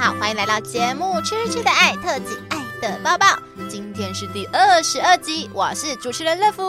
好，欢迎来到节目《吃吃的爱》特辑《爱的抱抱》，今天是第二十二集，我是主持人乐福。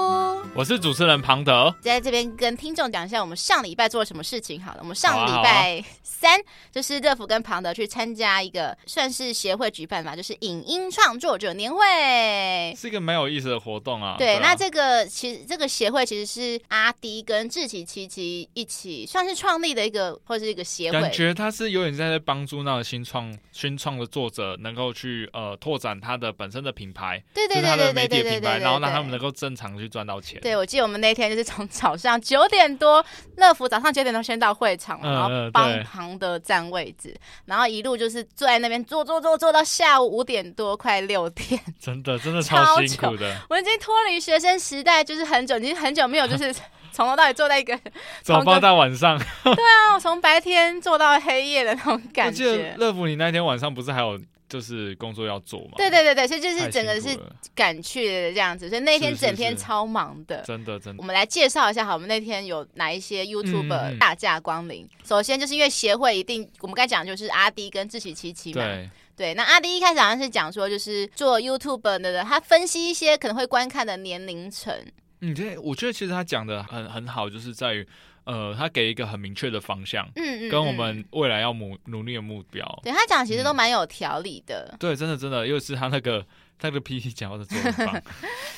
我是主持人庞德。在这边跟听众讲一下，我们上礼拜做了什么事情好了。我们好上啊礼拜三、就是乐福跟庞德去参加一个算是协会举办吧，就是影音创作者年会。是一个蛮有意思的活动啊。对，啊那这个其实这个协会其实是阿迪跟志奇、琪琪一起算是创立的一个或是一个协感会，觉他是有点在帮助那个新创新创的作者能够去呃拓展他的本身的品牌，对就对是对他对对的媒体对的对品对，牌，然后让他们对能够正常去赚到钱。对，我记得我们那天就是从 早上九点多，乐福早上九点多先到会场，嗯然后嗯帮对旁的占位置，然后一路就是坐在那边坐坐坐坐到下午五点多，快六点。 真的真的超超辛苦的，我已经脱离学生时代，就是很久，已经很久没有就是 从头到尾坐在一个，早报到晚上。让我从白天坐到黑夜的那种我感记得觉。乐福，你那天晚上不是还有就是工作要做吗？对对对对，所以就太是辛整个苦是了赶去的这样子，所以那天是是整天是超忙的。真的真的我们来介绍一下，好，我们那天有哪一些嗯 YouTuber 嗯大驾光临？首先就是因为协会一定，我们刚才讲的就是阿迪跟志奇七七嘛，对，对那阿迪一开始好像是讲说，就是做 YouTuber 的人，他分析一些可能会观看的年龄层，嗯，对，我觉得其实他讲的很很好，就是在于呃，他给一个很明确的方向，嗯嗯，跟我嗯们嗯未来要努努力的目标。对他讲其实都蛮有条理的，对，真的真的，又是他那个他的 PPT 讲话的做得 很棒，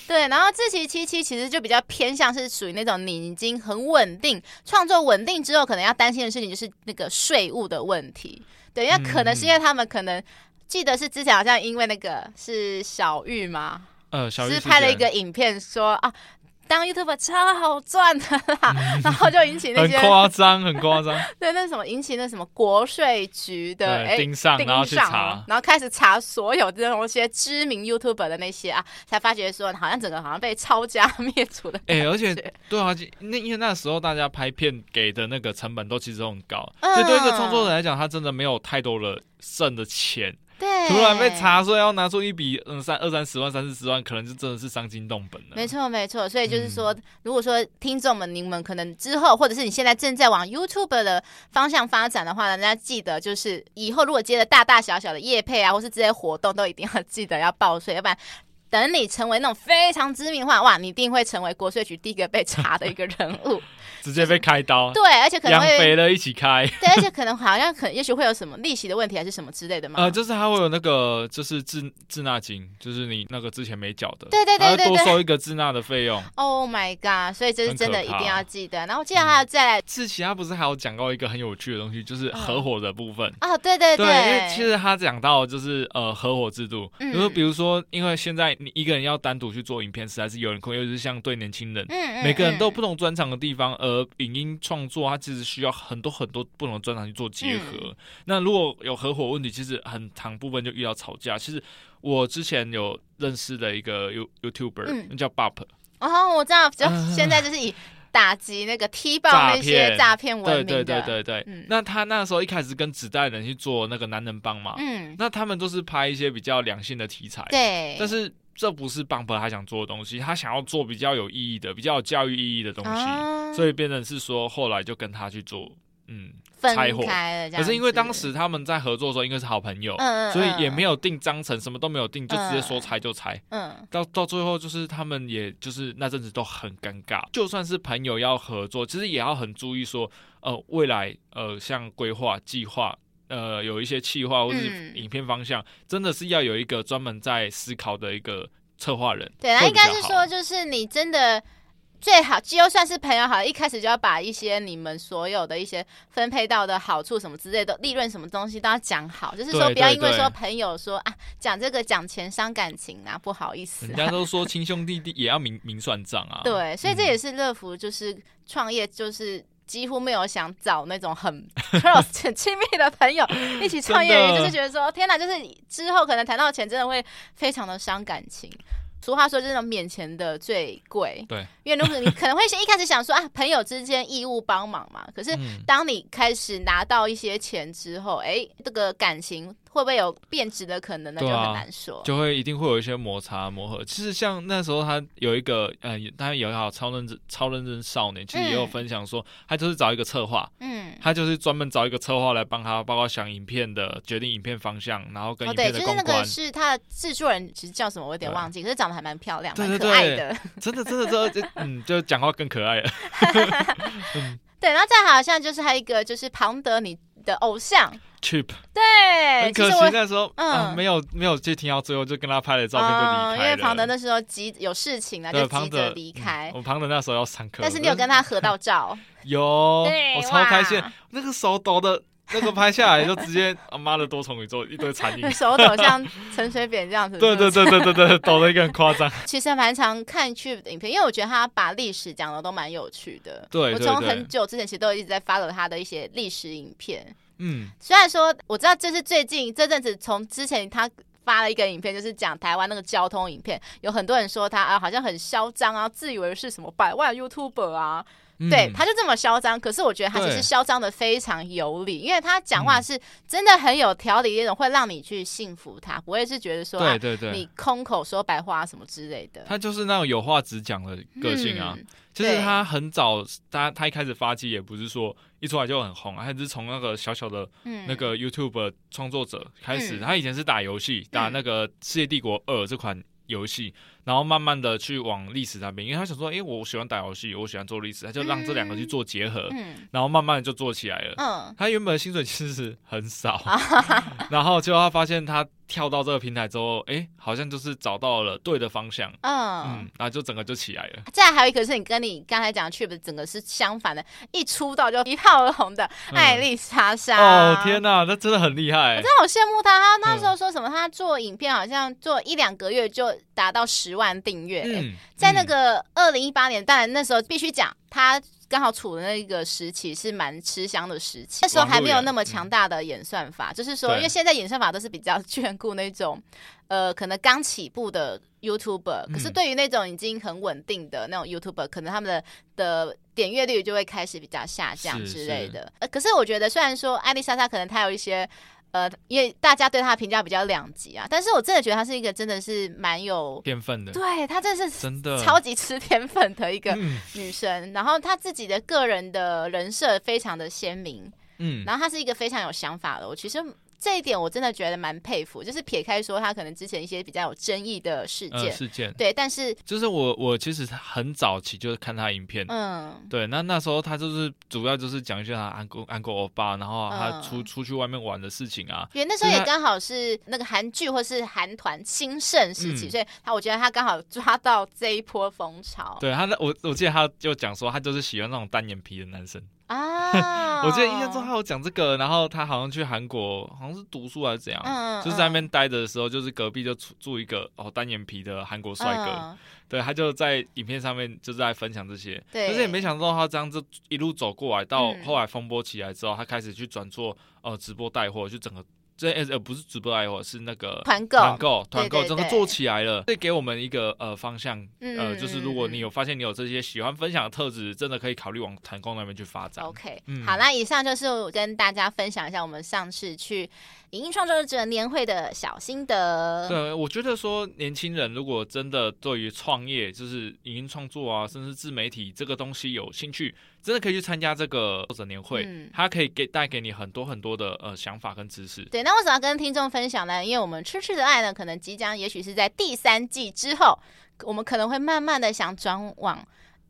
对，然后志奇七七其实就比较偏向是属于那种你已经很稳定，创作稳定之后，可能要担心的事情就是那个税务的问题。对，因为可能是嗯因为他们可能记得是之前好像因为那个是小玉嘛，呃，小玉是事拍了一件个影片说啊，当 YouTuber 超好赚的啦， 然后就引起那很些夸张，很夸 张，对那什么引起那什么国税局的哎对，盯上盯然后去上哦了查，，然后开始查所有这种一些知名 YouTuber 的那些啊，才发觉说好像整个好像被抄家 灭族的感哎、觉。而且对啊，就那因为那时候大家拍片给的那个成本都其实都很高，嗯所以对一个创作者来讲，他真的没有太多的剩的钱，对，突然被。查说要拿出一笔嗯三二三十万三四十万，可能就真的是伤筋动本了。没错，没错，所以就是说，嗯如果说听众们你们可能之后，或者是你现在正在往 YouTube 的方向发展的话呢，大家记得就是以后如果接了大大小小的业配啊，或是这些活动，都一定要 记得要报税，要不然等你成为那种非常知名化，哇，你一定会成为国税局第一个被查的一个人 物。直接被开刀，对，而且可能养会肥 了一起开。对，而且可能好像可也许会有什么利息的问题还是什么之类的嘛。呃，就是他会有那个就是滞滞纳金，就是你那个之前没缴的，对对对他会对多对收一个滞纳的费用。 ，Oh my god！所以这是很真的可一怕嗯定要记得。然后我记得还有再来志奇他不是还有讲到一个很有趣的东西，就是合伙的部分。哦，对嗯对对，因为其实他讲到就是呃合伙制度，嗯就是比如说，因为现在你一个人要单独去做影片，实在是有点困，尤其是像对年轻人，嗯嗯，每个人都有嗯不同专长的地方，而影音创作它其实需要很多很多不同的专长去做结合。嗯那如果有合伙问题，其实很长部分就遇到吵架。其实我之前有认识的一个 You YouTuber，、嗯那叫 Bop，哦，我知道，就啊现在就是以打击那个踢爆诈那些骗诈骗对闻对名对的，对对。嗯那他那时候一开始跟子弹人去做那个男人帮嘛，嗯，那他们都是拍一些比较良性的题材，对，但是这不是 Bump 他想做的东西，他想要做比较有意义的、比较有教育意义的东西，啊所以变成是说后来就跟他去做，嗯。分拆伙开了这样可子。是因为当时他们在合作的时候，应该是好朋友，嗯，嗯所以也没有有定章程，什么都没有定，就直接说拆就拆。嗯到到最后，就是他们也就是那阵子都很尴尬。就算是朋友要合作，其实也要很注意说，呃，未来呃，像规划、计划，呃，有一些企划或是嗯影片方向，真的是要有一个专门在思考的一个策划人。对，那会应比较该是好说，就是你真的最好，就算是朋友好，一开始就要把一些你们所有的一些分配到的好处什么之类的，利润什么东西都要讲好，就是说对不要对因为对说朋友说啊讲这个讲钱伤感情啊，不好意思人啊、家都说亲兄弟弟也要明明算账啊。对，所以这嗯也是乐福就是创业就是。几乎没有想找那种很 close 很亲密的朋友一起创业，真原的因就是觉得说，天哪，就是之后可能谈到钱，真的会非常的伤感情。俗话说，这种免钱的最贵。对，因为如果你可能会先一开始想说啊，朋友之间义务帮忙嘛，可是嗯当你开始拿到一些钱之后，哎、这个感情会不会有变质的可能呢？就对啊很难说。就会一定会有一些摩擦磨合。其实像那时候他有一个，呃，他有一好超认真超认真少年，其实也有嗯分享说，他就是找一个策划，嗯，他就是专门找一个策划来帮他，包括想影片的决定影片方向，然后跟哦影对，片就的是公那关。个是他的制作人，其实叫什么我有点对忘记，可是长得还蛮漂亮，对蛮对可爱对的。真的真的真的，这嗯，就讲话更可爱了。 对，然后再好像就是还有一个就是庞德你的偶像， Chip， 对，很其可实惜我那时候嗯啊没有没有接听到最后，就跟他拍了照片就嗯离因开为庞德了。那时候急有事情啊，就对，急庞着德离开嗯。我庞德那时候要上课，但是你有跟他合到照，有，对，哦我超开心哇，，。那个手抖的，那个拍下来就直接，啊妈的多重宇宙一堆残 影手抖像陈水扁这样子。对对是不对对对对，抖的一个很夸张。是，其实还蛮常看去影片，因为我觉得他把历史讲的都蛮有趣的。对我对从对很久之前其实都一直在 follow 他的一些历史影片，嗯，虽然说我知道这是最近这阵子从之前他。发了一个影片，就是讲台湾那个交通影片，有很多人说他啊，好像很嚣张啊，自以为是什么百万 YouTuber 啊，嗯对，他就这么嚣张。可是我觉得他其实对嗯嚣张的非常有理，因为他讲话是真的很有条理，那种会让你去信服他，不会是觉得说对啊对对你，空口说白话什么之类的。他就是那种有话直讲的个性啊。嗯就是对他很早，他他一开始发迹也不是说一出来就很红啊，他只是从那个小小的嗯那个 YouTube 创作者开始，嗯他以前是打游戏，打那个《世界帝国二》这款游戏，然后慢慢的去往历史那边，因为他想说，诶，我喜欢打游戏，我喜欢做历史，他就让这两个去做结合，嗯然后慢慢的就做起来了。嗯他原本的薪水其实是很 少，然后结果他发现他跳到这个平台之后，诶，好像就是找到了对的方向，嗯嗯。，然后就整个就起来了。再来还有一个是你跟你刚才讲的 trip 整个是相反的，一出道就一炮而红的嗯艾丽莎莎。哦天哪，嗯那真的很厉害啊我真。的好羡慕她。她那时候说什么？她做影片好像做一两个月就达到十万订阅、欸嗯，在那个二零一八年，当然那时候必须讲，他刚好处的那个时期是蛮吃香的时期，那时候还没有那么强大的演算法，就是说，嗯对因为现在演算法都是比较 眷顾那种，呃，可能刚起步的 YouTuber，嗯可是对于那种已经很稳定的那种 YouTuber，可能他们的的。点阅率就会开始比较下降是之类的。呃，可是我觉得，虽然说艾丽莎莎可能她有一些呃，因为大家对她的评价比较两极啊，但是我真的觉得她是一个真的是蛮有，天分的，对她真的是真的超级吃甜粉的一个嗯女生，然后她自己的个人的人设非常的鲜明，嗯，然后她是一个非常有想法的。我其实这一点我真的觉得蛮佩服，就是撇开说她可能之前一些比较有争议的事呃件，事件，对，但是就是我我其实很早期就是看他影片。嗯，对，那那时候他就是主要就是讲一下他韩国韩国欧巴，然后他嗯出、出去外面玩的事情啊，因为那时候就也是她刚好是那个韩剧或是韩团兴盛时期，嗯所以她我觉得她刚好抓到这一波风潮对他，那我我记得他就讲说，他就是喜欢那种单眼皮的男生。。啊我记得印哦象中他有讲这个，然后他好像去韩国，好像是读书还是怎样，嗯就是在那边待着的时候，就是隔壁就住住一个哦单眼皮的韩国帅哥，嗯对他就在影片上面就是在分享这些，对但是也没想到他这样子一路走过来，到嗯后来风波起来之后，他开始去转做呃直播带货，去整个这呃不是直播带货，是那个团购，团购对团购对整个对做起来了，这给我们一个呃方向，呃嗯就是如果嗯你有发现你有这些喜欢分享的特质，真的可以考虑往团购那边去发展。 OK，、嗯好，那以上就是我跟大家分享一下我们上次去影音创作者年会的小心得。对，我觉得说年轻人如果真的对于创业，就是影音创作啊，甚至自媒体这个东西有兴趣，真的可以去参加这个作者年会，嗯它可以给带给你很多很多的呃想法跟 知识。。对，那为什么要跟听众分享呢？因为我们《痴痴的爱》呢，可能即将，也许是在第三季之后，我们可能会慢慢的想转往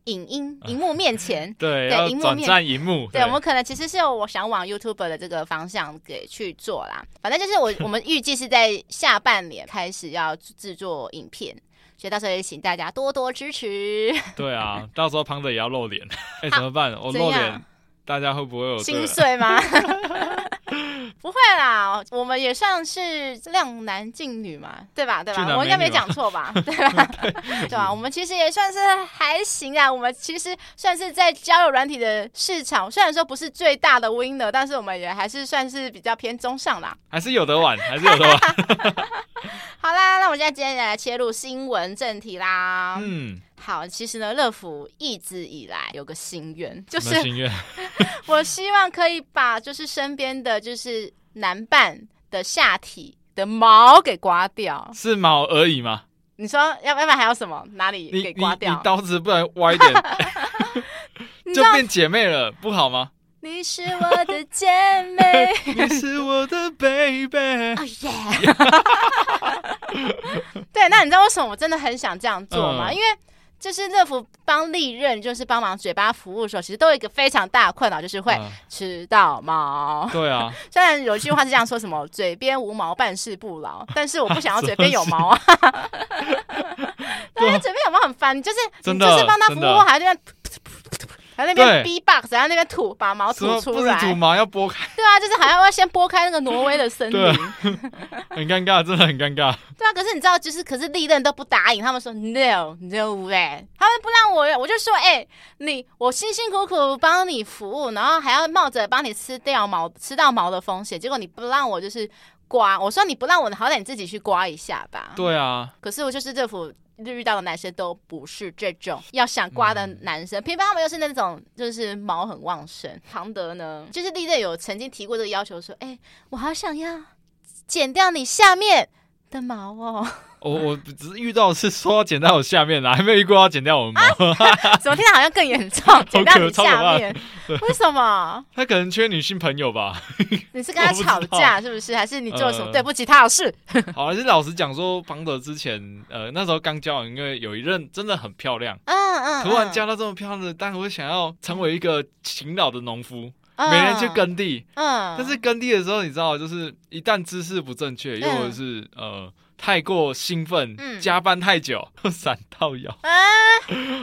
影音荧幕面前啊 对对，要荧幕转面战荧幕。对，我们可能其实是有我想往 YouTube 的这个方向给去做啦。反正就是 我我们预计是在下半年开始要制作影片，所以到时候也请大家多多支持。对啊，到时候胖的也要露脸， 哎、怎么办？我怎露样脸，大家会不会有这心个？碎吗？ 不会啦，我们也算是靓男静女嘛，对吧？对俊吧？男我应该美没女嘛讲错 吧？对吧？ 对吧？我们其实也算是还行啊，我们其实算是在交友软体的市场，虽然说不是最大的 winner，但是我们也还是算是比较偏中上啦。还是有得玩，还是有得玩。 好啦，那我们现在今天来切入新闻正题啦。嗯，好，其实呢，乐福一直以来有个心愿，就就是心愿。 我希望可以把就是身边的就是男伴的下体的毛给刮掉。是毛而已嘛。你说要要不然还有什么哪里你给你刮掉你？刀子不然歪一点 你知就道变姐妹了，不 好吗？嗯你是我的姐 妹。你是我的 baby，哦 耶！对，那你知道为什么我真的很想这样做吗？嗯因为就是乐福帮利刃，就是帮忙嘴巴服务的时候，其实都有一个非常大的困扰，就是会嗯吃到毛。对 啊，虽然有一句话是这样说，什么嘴边无毛办事不牢，但是我不想要嘴边有毛 啊。对，因为嘴边有毛很烦，你就是啊真你的就是帮他服真务，的还在那边噗噗噗噗噗还在那边对 B box，然后那边吐把毛什吐么出不是来，土毛要拨开，对啊，就是好像要先拨开那个挪威的森对林。很尴尬，真的很尴尬。对啊，可是你知道，就是可是利刃都不答应，他们说 no no way，他们不让我，我就说，哎、你我辛辛苦苦帮你服务，然后还要冒着帮你吃掉毛吃到毛的风险，结果你不让我就是刮，我说你不让我，好歹你自己去刮一下吧。，对啊，可是我就是这副。遇到的男生都不是这种要想刮的男生，偏偏他们又是那种就是毛很旺盛。庞德呢，就是利刃有曾经提过这个要求，说：“哎、我好想要剪掉你下面的毛哦。”我我只是遇到是说要剪到我下面啦，啊还没有遇过要剪掉我的毛。怎么听到好像更严 重？剪到你超可怕下面，为什么？ 他可能缺女性朋友吧？ 你是跟他我不知吵道架是不是？还是你做了什么呃对不起他的事？好，还是老实讲说，庞德之前呃那时候刚交往，因为有一任真的很漂亮，嗯嗯，突然交到这么漂亮的，但我想要成为一个勤劳的农夫，嗯每天去，耕地。嗯，但是耕地的时候，你知道，就是一旦姿势不正确，又或者是呃太过兴奋嗯，加班太久，闪到腰。啊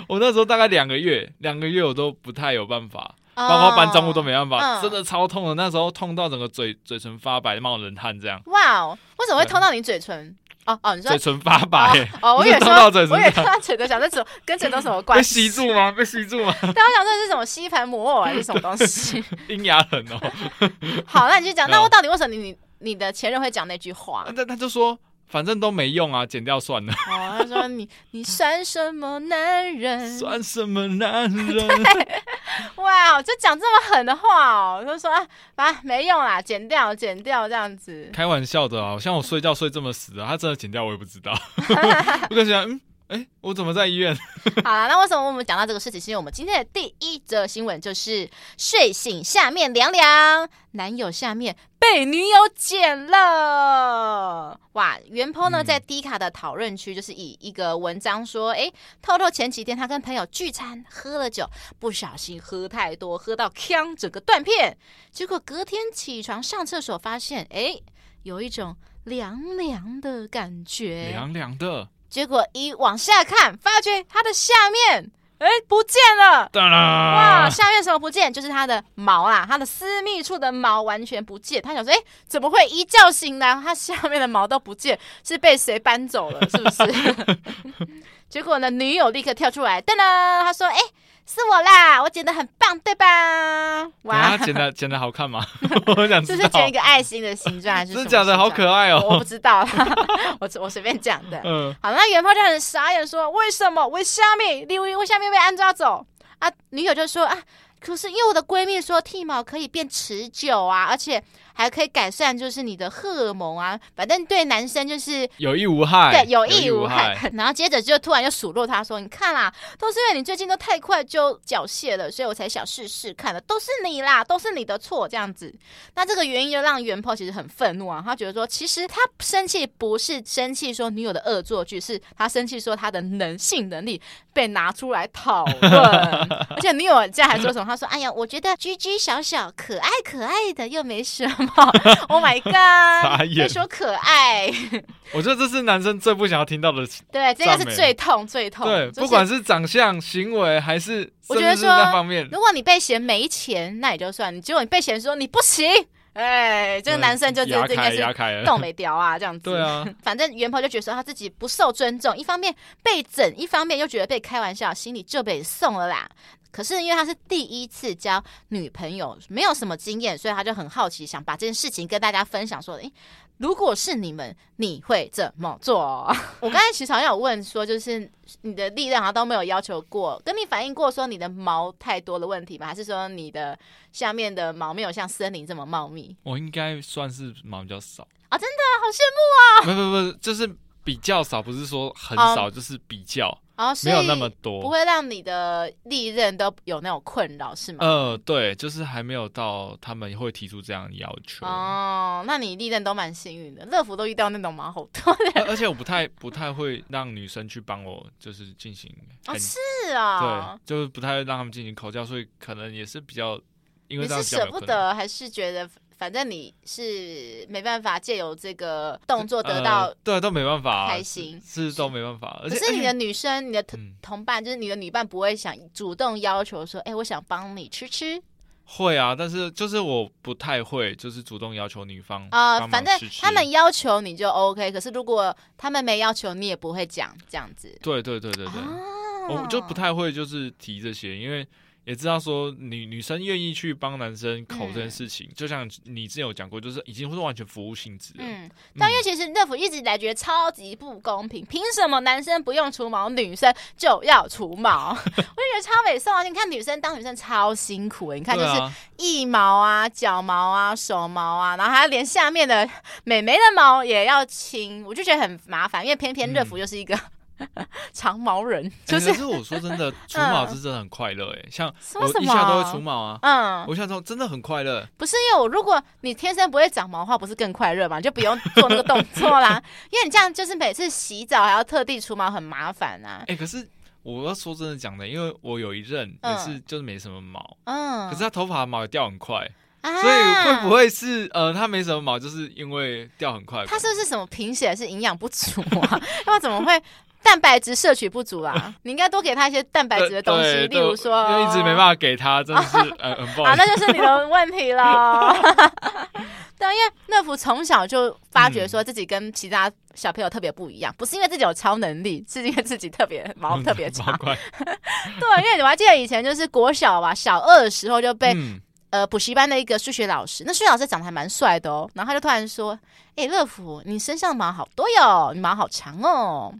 我那时候大概两个月，两个月我都不太有办法，包括搬重物都没办嗯法，真的超痛的。那时候痛到整个嘴嘴唇发白，冒冷汗这样，哦。哇哦，为什么会通到你嘴唇？哦哦，你说嘴唇发白，哦，我不以是为通说，到嘴唇我以为通到嘴唇，想这怎么跟嘴唇有什么被关系？吸住吗？被吸住吗？但我想这是什么吸盘魔偶还是什么东 西？阴牙人哦。 好，那你就讲，没有那我到底为什么你你你的前任会讲那句话？那啊他就说，反正都没用啊，剪掉算了，哦，他说你你算什么男人？ 算什么男人？啊哇，就讲这么狠的话哦，就说啊，啊没用啦，剪掉，剪掉这样子。开玩笑的啊，像我睡觉睡这么死啊，他真的剪掉我也不知 道。我感觉嗯，哎、我怎么在医院？好啦，那为什么我们讲到这个事情？是因为我们今天的第一则新闻就是睡醒下面凉凉，男友下面被女友剪了。哇，袁鹏呢嗯在 D 卡的讨论区就是以一个文章说，诶，透露前几天他跟朋友聚餐喝了酒，不小心喝太多，喝到呛整个断片，结果隔天起床上厕所发现，诶，有一种凉凉的感觉，凉凉的，结果一往下看，发觉它的下面，哎、不见了！当哇，啦，下面什么不见？就是它的毛啊啦，它的私密处的毛完全不见。他想说，哎、怎么会一觉醒来，它下面的毛都不见？是被谁搬走了？是不是？ 结果呢，女友立刻跳出来，噔噔，她说，哎、是我啦，我剪得很棒，对吧？哇哇，，剪 的剪的好看吗？我想就知是道剪一，个爱心的形状，还是真的什么假的？形好状可爱我我哦、不知道啦， 我我随便讲的。 嗯、好，那元炮就很傻眼说：“为什么我下面因为我下面被安抓走啊？”女友就说：“啊，可是因为我的闺蜜说剃毛可以变持久啊，而且还可以改善就是你的荷尔蒙啊，反正对男生就是。”有益无害，对，有益无无害。。 然后接着就突然又数落他说：“你看啦，都是因为你最近都太快就缴械了，所以我才想试试看的，都是你啦，都是你的错这样子。”那这个原因就让袁抛其实很愤怒啊，他觉得说，其实他生气不是生气说女友的恶作剧，是他生气说他的能性能力被拿出来讨论，而且女友这样还说什么？他说：“哎呀，我觉得居居小小可爱可爱的，又没什 么。”Oh my 傻 god！眼被说可爱。我觉得这是男生最不想要听到的，对，这个是赞美最痛最痛。对，就是不管是长相、行为还是我觉得甚至是说那方面，如果你被嫌没钱，那也就算；你结果你被嫌说你不行，哎，这个男生就这牙这应该嗯开是牙开了，动没掉啊，这样子。对。啊，反正袁鹏就觉得说他自己不受尊重，一方面被整，一方面又觉得被开玩笑，心里就被送了啦。可是因为他是第一次交女朋友，没有什么经验，所以他就很好奇，想把这件事情跟大家分享，说：“诶，如果是你们，你会怎么做？” 我刚才其实好像有问说，就是你的力量好像都没有要求过，跟你反映过说你的毛太多的问题吗？还是说你的下面的毛没有像森林这么茂密？我应该算是毛比较少，啊，真的好羡不不不，就是比较少，不是说很少，就是比较慕哦，所没以有那么不多。会让你的历任都有那种困扰是吗？呃，对，就是还没有到他们会提出这样的要求。哦，那你历任都蛮幸运的，乐福都遇到那种马好 多的 哦而而且我不太不太会让女生去帮我，就是进行很、哦，是啊、对，就是不太会让他们进行口交，所以可能也是比较因为你这样是比较没舍不有可能得，还是觉得反正你是没办法借由这个动作得呃到？对，都没办法、啊开心是都没办法，而可且是你的而且女生，你的同嗯同伴，就是你的女伴，不会想主动要求说，哎、我想帮你吃吃会啊，但是就是我不太会，就是主动要求女方啊、嗯帮忙反正吃吃他们要求你就 OK，可是如果他们没要求，你也不会讲这样子。对对对对对，啊我就不太会就是提这些，因为也知道说女女生愿意去帮男嗯生口这件事情，就像你之前有讲过，就是已经是完全服务性质了。嗯，但因为其实政府一直以来觉得超级不公平，凭什么男生不用除毛，女生就要除毛？我 就觉得超美送啊！你看女生当女生超辛苦的，欸你看就对是啊，腋毛啊、脚毛啊、手毛啊，然后还要连下面的美眉的毛也要清，我就觉得很麻烦。因为偏偏乐嗯福就是一个、 长毛人，就、就是是、可是我说真 的，除毛是真的很快乐哎、像什么我什一么下都会除毛啊。嗯，我一下都真的很快乐，不是因为我，如果你天生不会长毛的话，不是更快乐嘛？你就不用做那个动作 啦，因为你这样就是每次洗澡还要特地除毛，很麻烦啊。哎、可是我要说真的讲的，因为我有一任也嗯是就是没什么毛，嗯，可是他头发毛也掉很快，啊所以会不会是呃他没什么毛，就是因为掉很快吧？他是不是什么贫血是营养不足啊？要怎么会蛋白质摄取不足啊？你应该多给他一些蛋白质的东西，呃对对例如因说，为一直没办法给他，真的是呃很不好啊，意思。那就是你的问题了。 对，因为乐福从小就发嗯觉说自己跟其他小朋友特别不一样，不是因为自己有超能力，是因为自己特别毛特 别毛长。怪对，因为我还记得以前就是国小吧，小二的时候就被、嗯呃补习班的一个数学老师，那数学老师长得还蛮帅的哦，然后他就突然说：“哎、乐福，你身上毛好多哟，你毛好长哦。”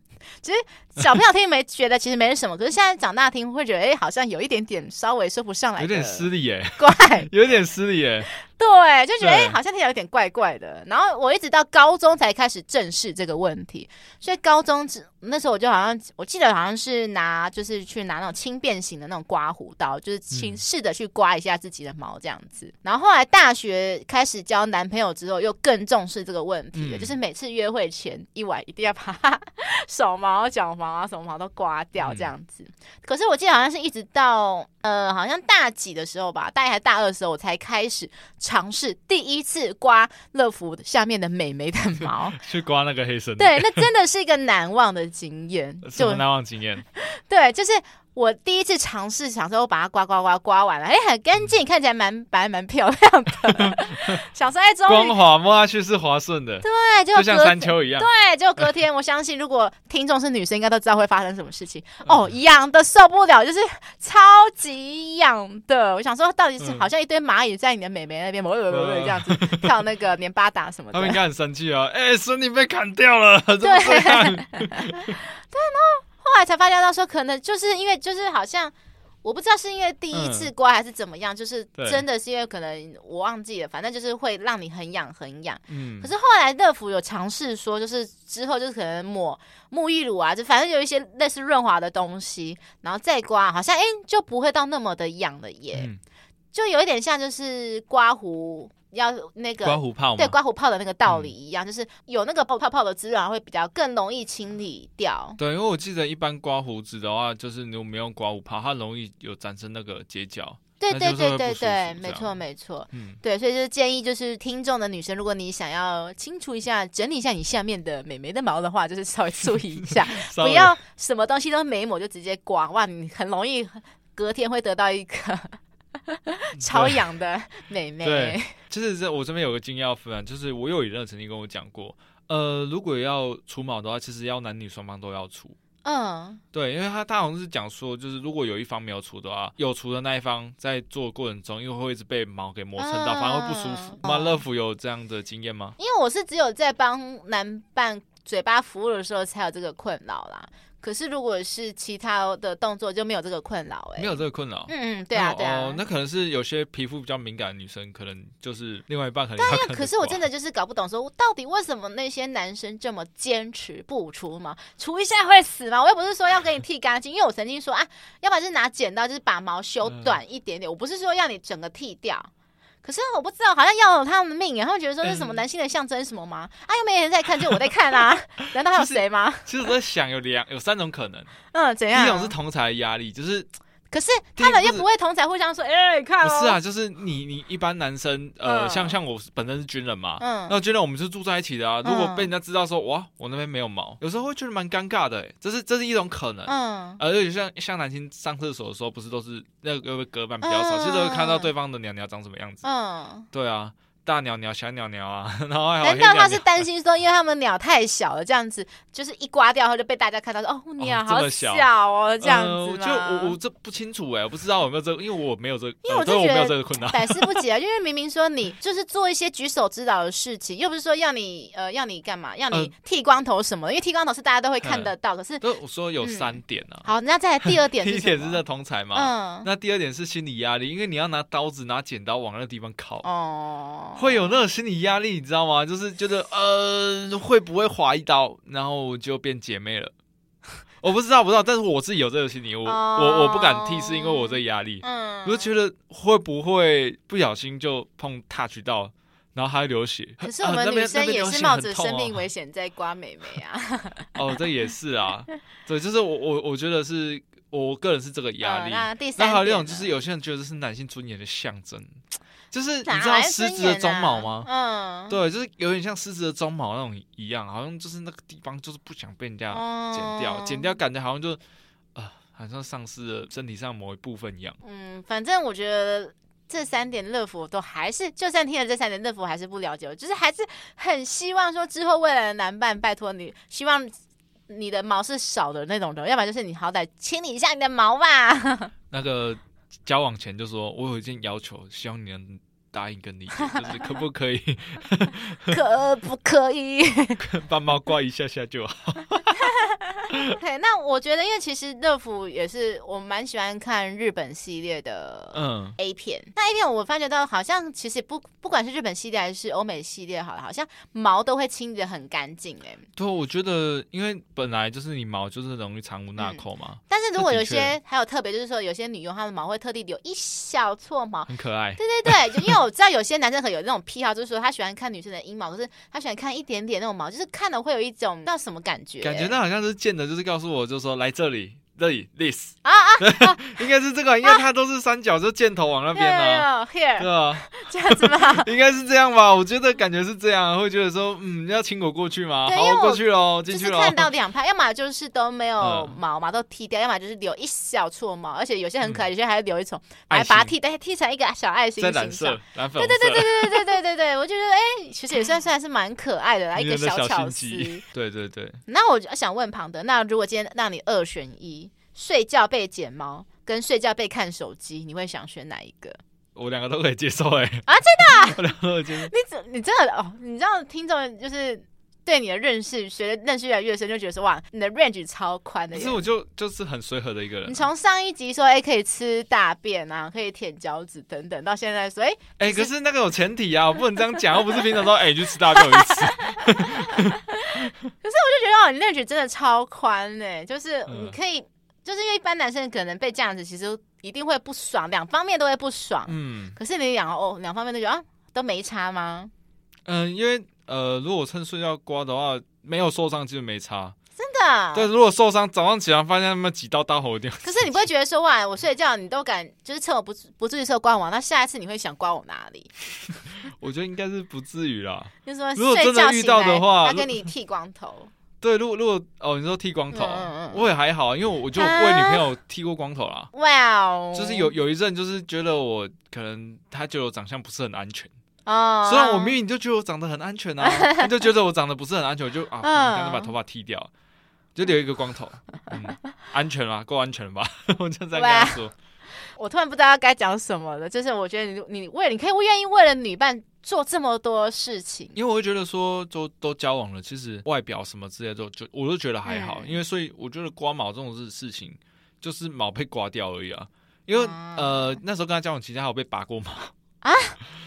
其实小朋友听没觉得其实没什么，可是现在长大听会觉得，哎、好像有一点点稍微说不上来，有点失礼耶，怪，有点失礼耶。对，就觉得哎、对好像听起来有点怪怪的。然后我一直到高中才开始正视这个问题，所以高中只那时候我就好像我记得好像是拿就是去拿那种轻便型的那种刮胡刀，就是轻嗯试着去刮一下自己的毛这样子。然后后来大学开始交男朋友之后，又更重视这个问题了，嗯就是每次约会前一晚一定要把手毛、脚毛啊、手毛都刮嗯掉这样子。可是我记得好像是一直到呃，好像大几的时候吧，大一还大二的时候，我才开始尝试第一次刮乐福下面的美眉的 毛。去刮那个黑神，，对，那真的是一个难忘的经 验。什就么难忘经验？对，就是我第一次尝试，想说我把它刮刮刮刮完了，哎、很干嗯净，看起来蛮白蛮漂亮的。 想说哎，终于光滑摸下去是滑顺的，对，就就像隔山丘 一样。对，啊就隔天，我相信如果听众是女生，应该都知道会发生什么事情嗯哦，痒的受不了，就是超级痒的。我想说，到底是嗯好像一堆蚂蚁在你的美眉那边，这嗯样子跳那个黏巴达什么他们的应。该很生气啊！哎，孙女被砍掉了，怎么这对 样？后来才发觉到说，可能就是因为就是好像。我不知道是因为第一次刮还是怎么样，就是嗯对真的是因为可能我忘记了，反正就是会让你很痒很痒。嗯可，是后来乐福有尝试说，就是之后就是可能抹沐浴乳啊，就反正有一些类似润滑的东西，然后再刮，好像哎、诶就不会到那么的痒了耶，嗯就有一点像就是刮胡要那个刮胡泡对嘛，刮胡泡的那个道理一样，就是有那个泡泡泡的滋润，会比较更容易清理掉。对，因为我记得一般刮胡子的话，就是你没有刮胡泡，它容易有产生那个结角。对那对就是对对会不舒服对，这没错样没错。嗯，对，所以就是建议，就是听众的女生，如果你想要清除一下、整理一下你下面的美眉的毛的话，就是稍微注意一下，稍不微要什么东西都没抹就直接刮，哇，你很容易隔天会得到 一个超对痒的美眉对。就是这，我这边有个经验要分享，就是我有一任曾经跟我讲过，呃，如果要除毛的话，其实要男女双方都要除。嗯，对，因为他他好像是讲说，就是如果有一方没有除的话，有除的那一方在做过程中，因为会一直被毛给磨蹭到，啊反而会不舒服。哦妈、乐福有这样的经验吗？因为我是只有在帮男伴嘴巴服务的时候才有这个困扰啦。可是如果是其他的动作就没有这个困扰哎、没有这个困扰。嗯嗯，对啊对啊。哦，那可能是有些皮肤比较敏感的女生，可能就是另外一半可能但要看因啊为得啊可是我出真来的就是搞不懂，说到底为什么那些男生这么坚持不除毛？除一下会死吗？我又不是说要给你剃干净，因为我曾经说啊，要不然就是拿剪刀，就是把毛修嗯短一点点，我不是说要你整个剃掉。可是我不知道，好像要了他们的命耶！他们觉得说这是什么嗯男性的象征什么吗？啊，又没人在看，就我在看 啊！难道还有谁吗？其实我在想有两有三种可能，嗯，怎第一样？种是同才的压力，就是可是他们第一又不是不会同才互相说，哎、你看不哦，是啊，就是你你一般男生呃，嗯像像我本身是军人嘛，嗯那军人我们是住在一起的啊，嗯如果被人家知道说哇我那边没有毛，有时候会觉得蛮尴尬的欸，这是这是一种可能。嗯，而且像像男性上厕所的时候，不是都是那个隔板比较少，嗯其实会看到对方的鸟鸟长什么样子。嗯，对啊，大鸟鸟、小鸟鸟啊， 然后还有难道他 黑是鸟鸟担心说，因为他们鸟太小了，这样子就是一刮掉，后就被大家看到说，哦，鸟这好么小哦，这样子呃、就我 我吗？这不清楚哎、我不知道有没有这个，因为我没有这个，因为我呃就对我觉没有得这个困扰。 百思不解啊，因为明明说你就是做一些举手之劳的事情，又不是说要你呃嗯要你干嘛，要你呃剃光头什么的，因为剃光头是大家都会看得到。可是所以我说有三点啊，好，那再来第二点第一是什点是么？ 这同才嘛，嗯，那第二点是心理压力，因为你要拿刀子、拿剪刀往那个地方靠。哦，会有那种心理压力，你知道吗？就是觉得呃，会不会划一刀，然后就变姐妹了？ 我不知道，不知道，但是我自己有这个心理，我、我我不敢剃，是因为我这个压力，嗯，我就觉得会不会不小心就碰 touch 到，然后还会流血。可是我啊们那女边生那边也流是血冒很着痛生命哦危险在刮美眉 啊，哦，这也是啊，对，就是我我我觉得是我个人是这个压嗯 力。那第那三还有另一点种就呢是有些人觉得是男性尊严的象征，就是你哪知道来狮尊子的严鬃毛啊吗？？嗯，对，就是有点像狮子的鬃毛那种一样，好像就是那个地方就是不想被人家剪掉，哦剪掉感觉好像就呃，好像丧失了身体上某一部分一样。嗯，反正我觉得这三点乐福都还是，就算听了这三点乐福还是不了解，我就是还是很希望说之后未来的男伴，拜托你，希望你的毛是少的那种的，要不然就是你好歹清理一下你的毛吧。那个交往前就说，我有一件要求，希望你能答应跟理解，就是可不可以 可不可以？ 把毛刮一下下就好。对，那我觉得，因为其实乐福也是我蛮喜欢看日本系列的，嗯 A 片，那 A 片我发觉到好像其实不不管是日本系列还是欧美系列，好了，好像毛都会清理的很干净哎。对，我觉得因为本来就是你毛就是容易藏污纳嗯垢嘛，但是如果这有的些还有特别，就是说有些女佣她的毛会特地留一小撮毛。很可爱。对对对，就因为我知道有些男生可能有那种癖好，就是说他喜欢看女生的阴毛，可是他喜欢看一点点那种毛，就是看了会有一种那什么感觉欸？感觉那好像是见的，就是告诉我，就说来这里，这里，this 啊啊， 应该是这个，因为它都是三角，就箭头往那边啊，有有有对 here 啊，这样子吗？应该是这样吧？我觉得感觉是这样，会觉得说，嗯，要请我过去吗？对好，因为我过去喽，就进是去喽看。到两派，要么就是都没有嗯毛嘛，都剃掉；要么就是留一小撮毛，而且有些很可爱，有些还会留一撮，爱还把它心剃，但剃成一个小爱心 在形染状色。，染粉对红色，对对对对对对对对，我就觉得哎、其实也算算是蛮可爱的啦，一迷个人的小巧心思机。，对对对，那我就想问庞德，那如果今天让你二选一，睡觉被剪毛跟睡觉被看手机，你会想选哪一 个？我两个都可以接受，哎，啊真的， 我两个都可以接受。你怎你真的哦？你知道听众就是对你的认识，随着认识越来越深，就觉得说哇，你的 range 超宽的可耶。是我就就是很随和的一个人你，从上一集说哎、可以吃大便啊，可以舔脚趾等等，到现在说哎、哎，可是那个有前提啊，我不能这样讲，又不是平常说，哎，你去吃大便，我去 吃，就觉得哦，你 range 真的超宽呢，就是嗯你可以，就是因为一般男生可能被这样子，其实一定会不爽，两方面都会不爽。嗯。可是你两哦两方面都觉得啊都没差吗？嗯，因为呃，如果趁睡觉刮的话，没有受伤其实没差。真的？但如果受伤，早上起来发现他们几道大火掉。可是你不会觉得说哇，我睡觉你都敢，就是趁我不注不注意的时候刮我，那下一次你会想刮我哪里？ 我觉得应该是不至于啦。就是说如果睡真的觉遇醒到的来话他如跟你剃光头，对，如果如果哦，你说剃光头，嗯嗯嗯我也还好，因为我就啊为女朋友剃过光头啦。 哇哦，就是有有一阵，就是觉得我可能她觉得我长相不是很安全，哦，虽然我明明就觉得我长得很安全啊，她就觉得我长得不是很安全，我就啊，嗯我干脆把头发剃掉， 就留一个光头，嗯，安全啦，够安全了吧？我就这样跟她说，我突然不知道该讲什么了。就是我觉得你你为你可以愿意为了女伴做这么多事情，因为我会觉得说，都都交往了，其实外表什么之类的都就我都觉得还好，嗯因为所以我觉得刮毛这种事事情，就是毛被刮掉而已啊。因为、啊呃那时候跟他交往期间，还有被拔过毛，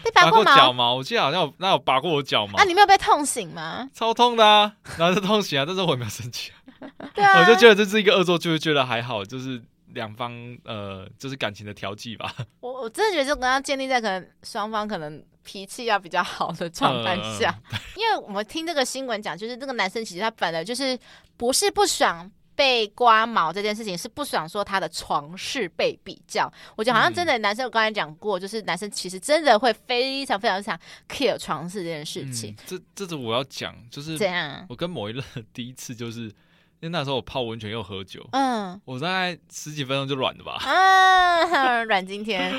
被拔过过毛脚毛，我记得好像有那有拔过我脚毛，啊？你没有被痛醒 吗？超痛的啊，然后就痛醒啊，但是我也没有生气啊，对啊，我就觉得这是一个恶作剧，就觉得还好，就是两方呃就是感情的调剂吧。我我真的觉得这个要建立在可能双方可能脾气要比较好的呃状态嗯下，因为我们听这个新闻讲，就是这个男生其实他本来就是不是不爽。被刮毛这件事情是不爽，说他的床事被比较，我觉得好像真的男生，我刚才讲过，就是男生其实真的会非常非常想 care 床事这件事情嗯，，这这是我要讲，就是这样，我跟某一任 的第一次就是，因为那时候我泡温泉又喝酒，嗯我大概十几分钟就软了吧， 啊， 阮经天，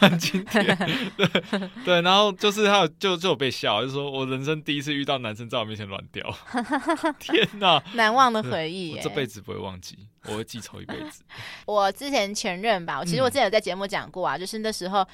软今天，对对，然后就是他有就就有被笑，就说我人生第一次遇到男生在我面前软 掉，天哪，难忘的回忆我耶， 这辈子不会忘记，我会记仇一辈 子。我之前前任吧，其实我之前有在节目讲过啊，就是那时候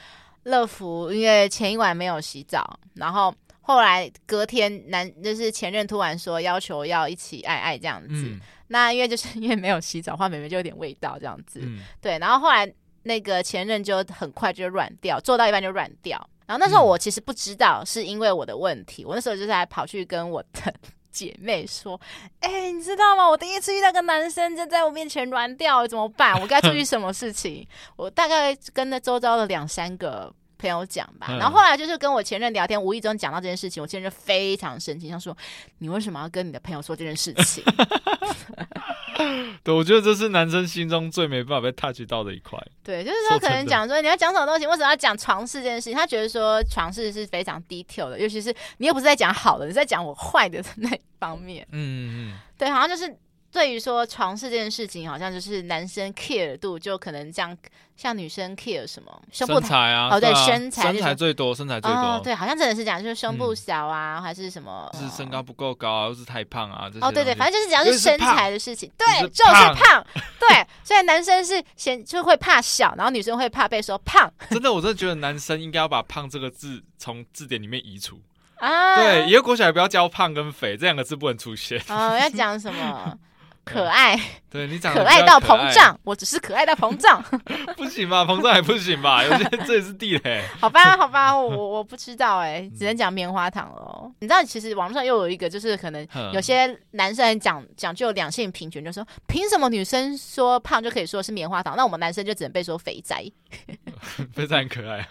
乐福因为前一晚没有洗澡，然后后来隔天男就是前任突然说要求要一起爱爱这样子，嗯那因为就是 因为没有洗澡，话妹妹就有点味道这样子，嗯，对，然后后来那个前任就很快就软掉，做到一半就软掉。然后那时候我其实不知道是因为我的问题，我那时候就是还跑去跟我的 姐妹说：“哎、你知道吗？我第一次遇到个男生就在我面前软掉，怎么办？我该注意什么事情？”我大概跟那周遭的两三个。朋友讲吧，嗯然后后来就是跟我前任聊天，无意中讲到这件事情，我前任就非常生气，他说：“你为什么要跟你的朋友说这件事情？”对，我觉得这是男生心中最没办法被 touch 到的一块。对，就是说可能讲说你要讲什么东西，为什么要讲床事这件事情？他觉得说床事是非常 detail 的，尤其是你又不是在讲好的，你是在讲我坏的 那一方面。嗯嗯对，好像就是对于说床事这件事情，好像就是男生 care 度就可能这样，像女生 care 什么嗯，胸部身材啊，哦对对啊，身材身就是材最多，身材最哦多，，对，好像真的是讲就是胸部嗯小啊，还是什么？就是身高不够高啊，又是太胖啊，这些哦，对对，东西反正就是只要就是是身胖材的事情，对就是，就是胖胖，对，所以男生是嫌就会怕小，然后女生会怕被说胖 真的，我真的觉得男生应该要把“胖”这个字从字典里面移除。啊。对，以后国小也不要教“胖”跟“肥”这两个字不能出现。 哦，要讲什嗯么？可爱，对你长得可比较爱到可膨胀，我只是可爱到膨胀， 不行吧？膨胀还不 行吧？有些这也是地雷。好吧，好吧，我我我不知道哎、嗯只能讲棉花糖喽。你知道，其实网络上又有一个，就是可能嗯有些男生很讲讲究两性平权，就说凭什么女生说胖就可以说是棉花糖，那我们男生就只能被说肥宅？非常可爱。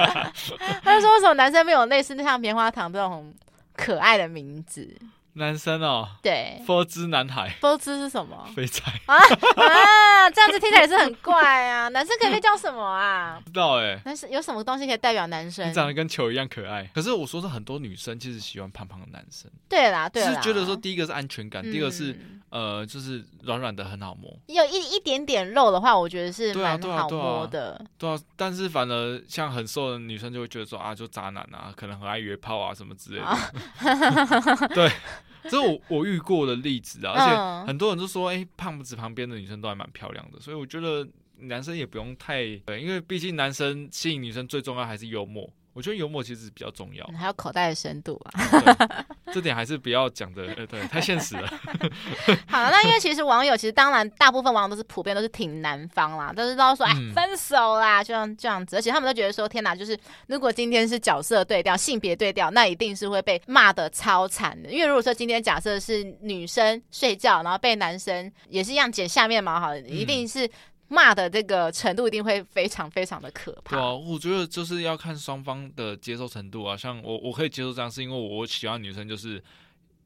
他就说为什么男生没有类似像棉花糖这种可爱的名字？男生哦，对，哦佛之男孩，不知是什么肥仔，啊？这样子听起来也是很怪啊。男生可以被叫什么啊？不知道哎、男生有什么东西可以代表男生？你长得跟球一样可爱。可是我说是很多女生其实喜欢胖胖的男生，对啦，对就啦，是觉得说第一个是安全感，嗯，第二个是呃就是软软的很好摸。有一一点点肉的话，我觉得是对啊蛮对啊好对啊摸的。对啊，但是反而像很瘦的女生就会觉得说啊，就渣男啊，可能很爱约炮啊什么之类的。 对，这是我我遇过的例子啊，而嗯且很多人都说，哎、胖子旁边的女生都还蛮漂亮的，所以我觉得男生也不用太对，因为毕竟男生吸引女生最重要还是幽默。我觉得幽默其实比较重要，嗯还有口袋的深度啊！对这点还是不要讲的，呃，对，太现实了。好了，那因为其实网友其实当然大部分网友都是普遍都是挺男方啦，都是都说哎嗯分手啦，就像这样子，而且他们都觉得说天哪，就是如果今天是角色对调、性别对调，那一定是会被骂的超惨的。因为如果说今天假设是女生睡觉，然后被男生也是一样剪下面毛，好了，一定嗯是骂的这个程度一定会非常非常的可怕。对啊，我觉得就是要看双方的接受程度啊。像我，我可以接受这样，是因为我喜欢的女生就是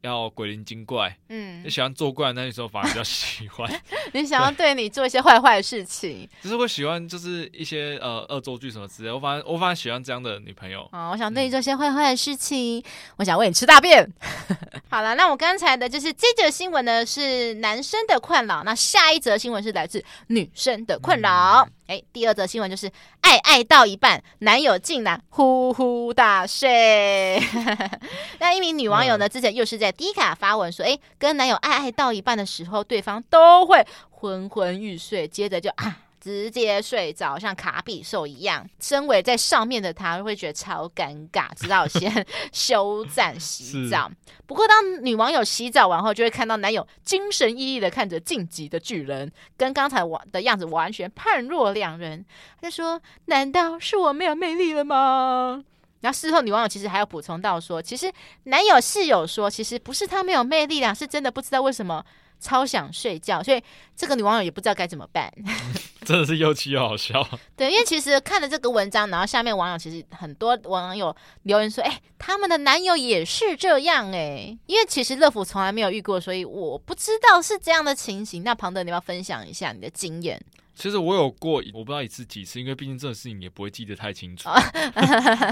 要鬼灵精怪，嗯你，喜欢作怪的那时候反而比较喜欢， 你想要对你做一些坏坏的事情就是会喜欢就是一些呃恶作剧什么之类。我反而我反而喜欢这样的女朋友。 啊、哦！我想对你做一些坏坏的事情，我想喂你吃大便。 好了，那我刚才的就是这则新闻呢是男生的困扰，那下一则新闻是来自女生的困扰。哎、第二则新闻就是爱爱到一半，男友竟然呼呼大睡。 那一名女网友呢，之前又是在 D 卡发文说，哎、跟男友爱爱到一半的时候，对方都会昏昏欲睡，接着就啊。直接睡着，像卡比兽一样。身为在上面的他，会觉得超尴尬，直到先休战洗澡。不过，当女网友洗澡完后，就会看到男友精神奕奕的看着晋级的巨人，跟刚才完的样子完全判若两人。他就说：“难道是我没有魅力了吗？”然后事后，女网友其实还有补充到说，其实男友室友说，其实不是他没有魅力啦，啊是真的不知道为什么超想睡觉，所以这个女网友也不知道该怎么办。真的是又气又好笑。对，因为其实看了这个文章，然后下面网友其实很多网友留言说，哎、他们的男友也是这样哎、因为其实乐福从来没有遇过，所以我不知道是这样的情形。那庞德，你要不要分享一下你的经验？其实我有过，我不知道一次几次，因为毕竟这种事情也不会记得太清楚。哦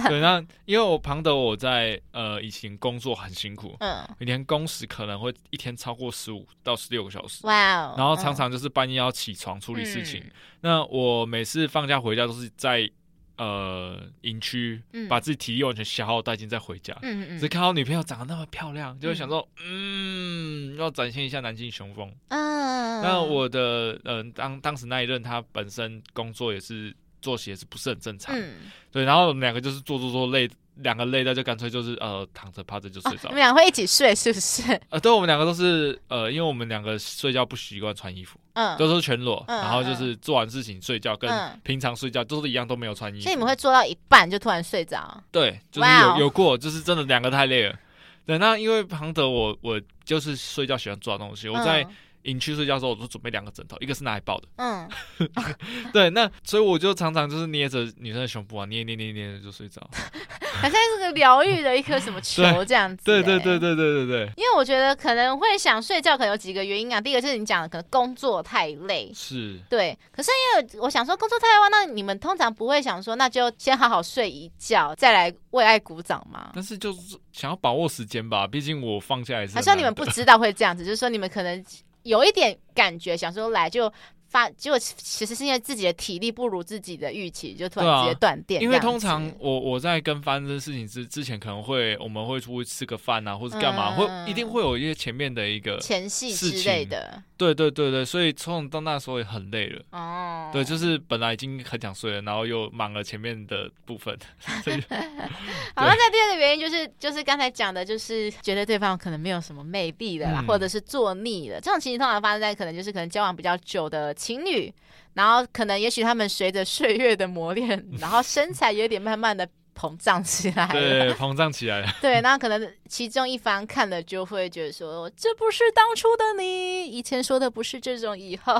对，那因为我庞德我在呃以前工作很辛苦，嗯，每天工时可能会一天超过十五到十六个小时，哇哦，然后常嗯常就是半夜要起床处理事情。那我每次放假回家都是在呃营区嗯把自己体力完全消耗殆尽再回家。嗯嗯只嗯看到女朋友长得那么漂亮，就会想说，嗯，要展现一下男性雄风。嗯，那我的嗯、呃当当时那一任他本身工作也是作息也是不是很正常，嗯。对，然后我们两个就是做做做累，两个累到就干脆就是呃躺着趴着就睡着哦 你。们俩会一起睡是不是？呃，对，我们两个都是呃，因为我们两个睡觉不习惯穿衣服，嗯，都是全裸，嗯然后就是做完事情睡觉，跟嗯平常睡觉都是一样，都没有穿衣服。所以你们会做到一半就突然睡着？对，就是哇有哦有过，就是真的两个太累了。对，那因为庞德我我就是睡觉喜欢抓东西，我在营区睡觉的时候，我就准备两个枕头，一个是拿来抱的，嗯，对，那所以我就常常就是捏着女生的胸部啊，捏捏捏捏捏就睡 着。好像是个疗愈的一颗什么球这样子、 哎对对对。对对对对，因为我觉得可能会想睡觉，可能有几个原因啊。第一个就是你讲的，可能工作太累，是。对。可是因为我想说工作太累的话，那你们通常不会想说，那就先好好睡一觉，再来为爱鼓掌吗？但是啊就是想要把握时间吧，毕竟我放下也是好很像你们难不得知道会这样子，就是说你们可能有一点感觉，想说来就发，结果其实是因为自己的体力不如自己的预期，就突对然啊直接断电这因样子、为通常我我在跟发生这事情之之前，可能会我们会出去吃个饭啊，或是干嘛，嗯会一定会有一些前面的一个，前戏事之类情的对对对对，所以从到那时候也很累了。哦。对，就是本来已经很想睡了，然后又忙了前面的部分， 所以好像在第二个原因就是，就是刚才讲的，就是觉得对方可能没有什么魅力了啦，嗯或者是做腻了。这种情形通常发生在可能就是可能交往比较久的情侣，然后可能也许他们随着岁月的磨练，然后身材有点慢慢的膨胀起来了。对膨胀起来 了。对，那可能其中一方看了就会觉得说，这不是当初的你，以前说的不是这种以后。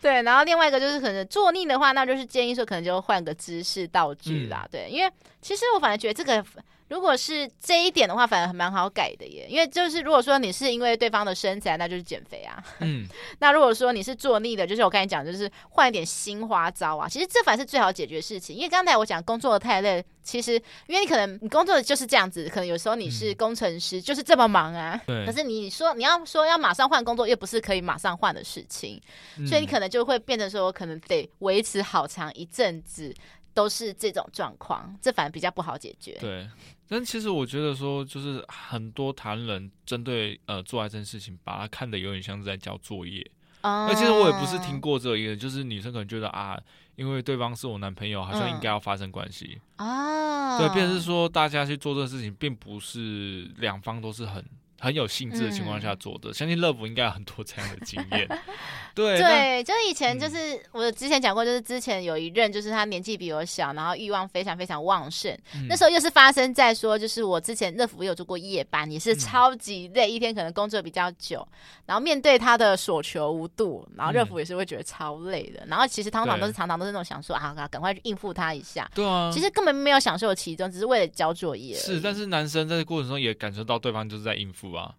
对，然后另外一个就是可能坐腻的话，那就是建议说可能就换个姿势道具啦。对，因为其实我反而觉得这个。如果是这一点的话，反而蛮好改的耶，因为就是如果说你是因为对方的身材，那就是减肥啊；嗯，那如果说你是做腻的，就是我刚才讲，就是换一点新花招啊。其实这反而是最好解决的事情，因为刚才我讲工作太累，其实因为你可能你工作的就是这样子，可能有时候你是嗯工程师，就是这么忙啊。对可。是你说你要说要马上换工作，又不是可以马上换的事情，嗯所以你可能就会变成说，可能得维持好长一阵子。都是这种状况，这反而比较不好解决。对，但其实我觉得说，就是很多谈人针对呃做爱这件事情，把它看得有点像是在交作业。嗯哎那、其实我也不是听过这一个，就是女生可能觉得啊，因为对方是我男朋友，好像嗯应该要发生关系。啊，对，变成是说大家去做这个事情，并不是两方都是很。很有兴致的情况下嗯做的，相信乐福应该有很多这样的经 验。对，哎那对，就是以前就嗯是、我之前讲过，就是之前有一任，就是他年纪比我小，然后欲望非常非常旺盛。嗯那时候又是发生在说，就是我之前乐福有做过夜班，也是超级累，一天可能工作比较久，然后面对他的所求无度，然后乐福也是会觉得超累的。然后其实通常都是嗯对常常都是那种想说啊，赶快去应付他一下，对啊，其实根本没有享受其中，只是为了交作业而已。是，但是男生在这过程中也感受到对方就是在应 付啊，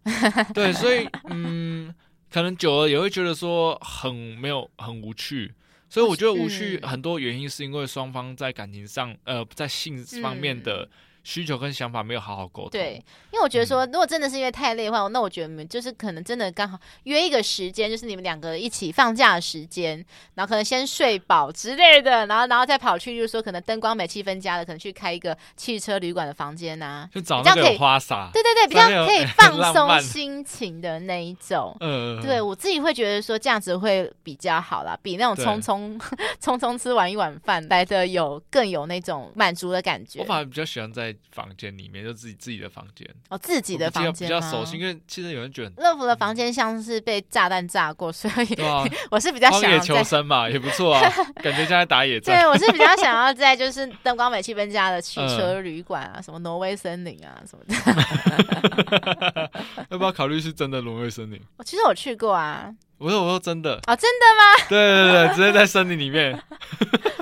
对，所以嗯，可能久了也会觉得说很没有很无趣，所以我觉得无趣嗯很多原因是因为双方在感情上，呃，在性方面的需求跟想法没有好好沟通。对，因为我觉得说，如果真的是因为太累的话，那我觉得你们就是可能真的刚好约一个时间，就是你们两个一起放假的时间，然后可能先睡饱之类的，然后然后再跑去就是说可能灯光美、气氛佳的，可能去开一个汽车旅馆的房间啊。就找这样那个可以有花洒。对对对，比这较样有可以浪放松漫心情的那一种。呃，对我自己会觉得说这样子会比较好啦，比那种对匆匆 匆匆吃完一碗饭来的有更有那种满足的感觉我。反而比较喜欢在房间里面，就自己自己的房间，哦，自己我的比较房间比较吗熟悉，因为其实有人觉得 很乐福的房间像是被炸弹炸过， 所以对啊，我是比较荒想野要求在。生嘛，也不错啊，感觉像在打野战。 对，我是比较想要在就是灯光美气氛佳的汽车旅馆 啊，什么挪威森林啊什么的。 要不要考虑是真的沦为森林？我其实我去过啊，我说我说 真的，哦，真的对对对，直接在森林里面，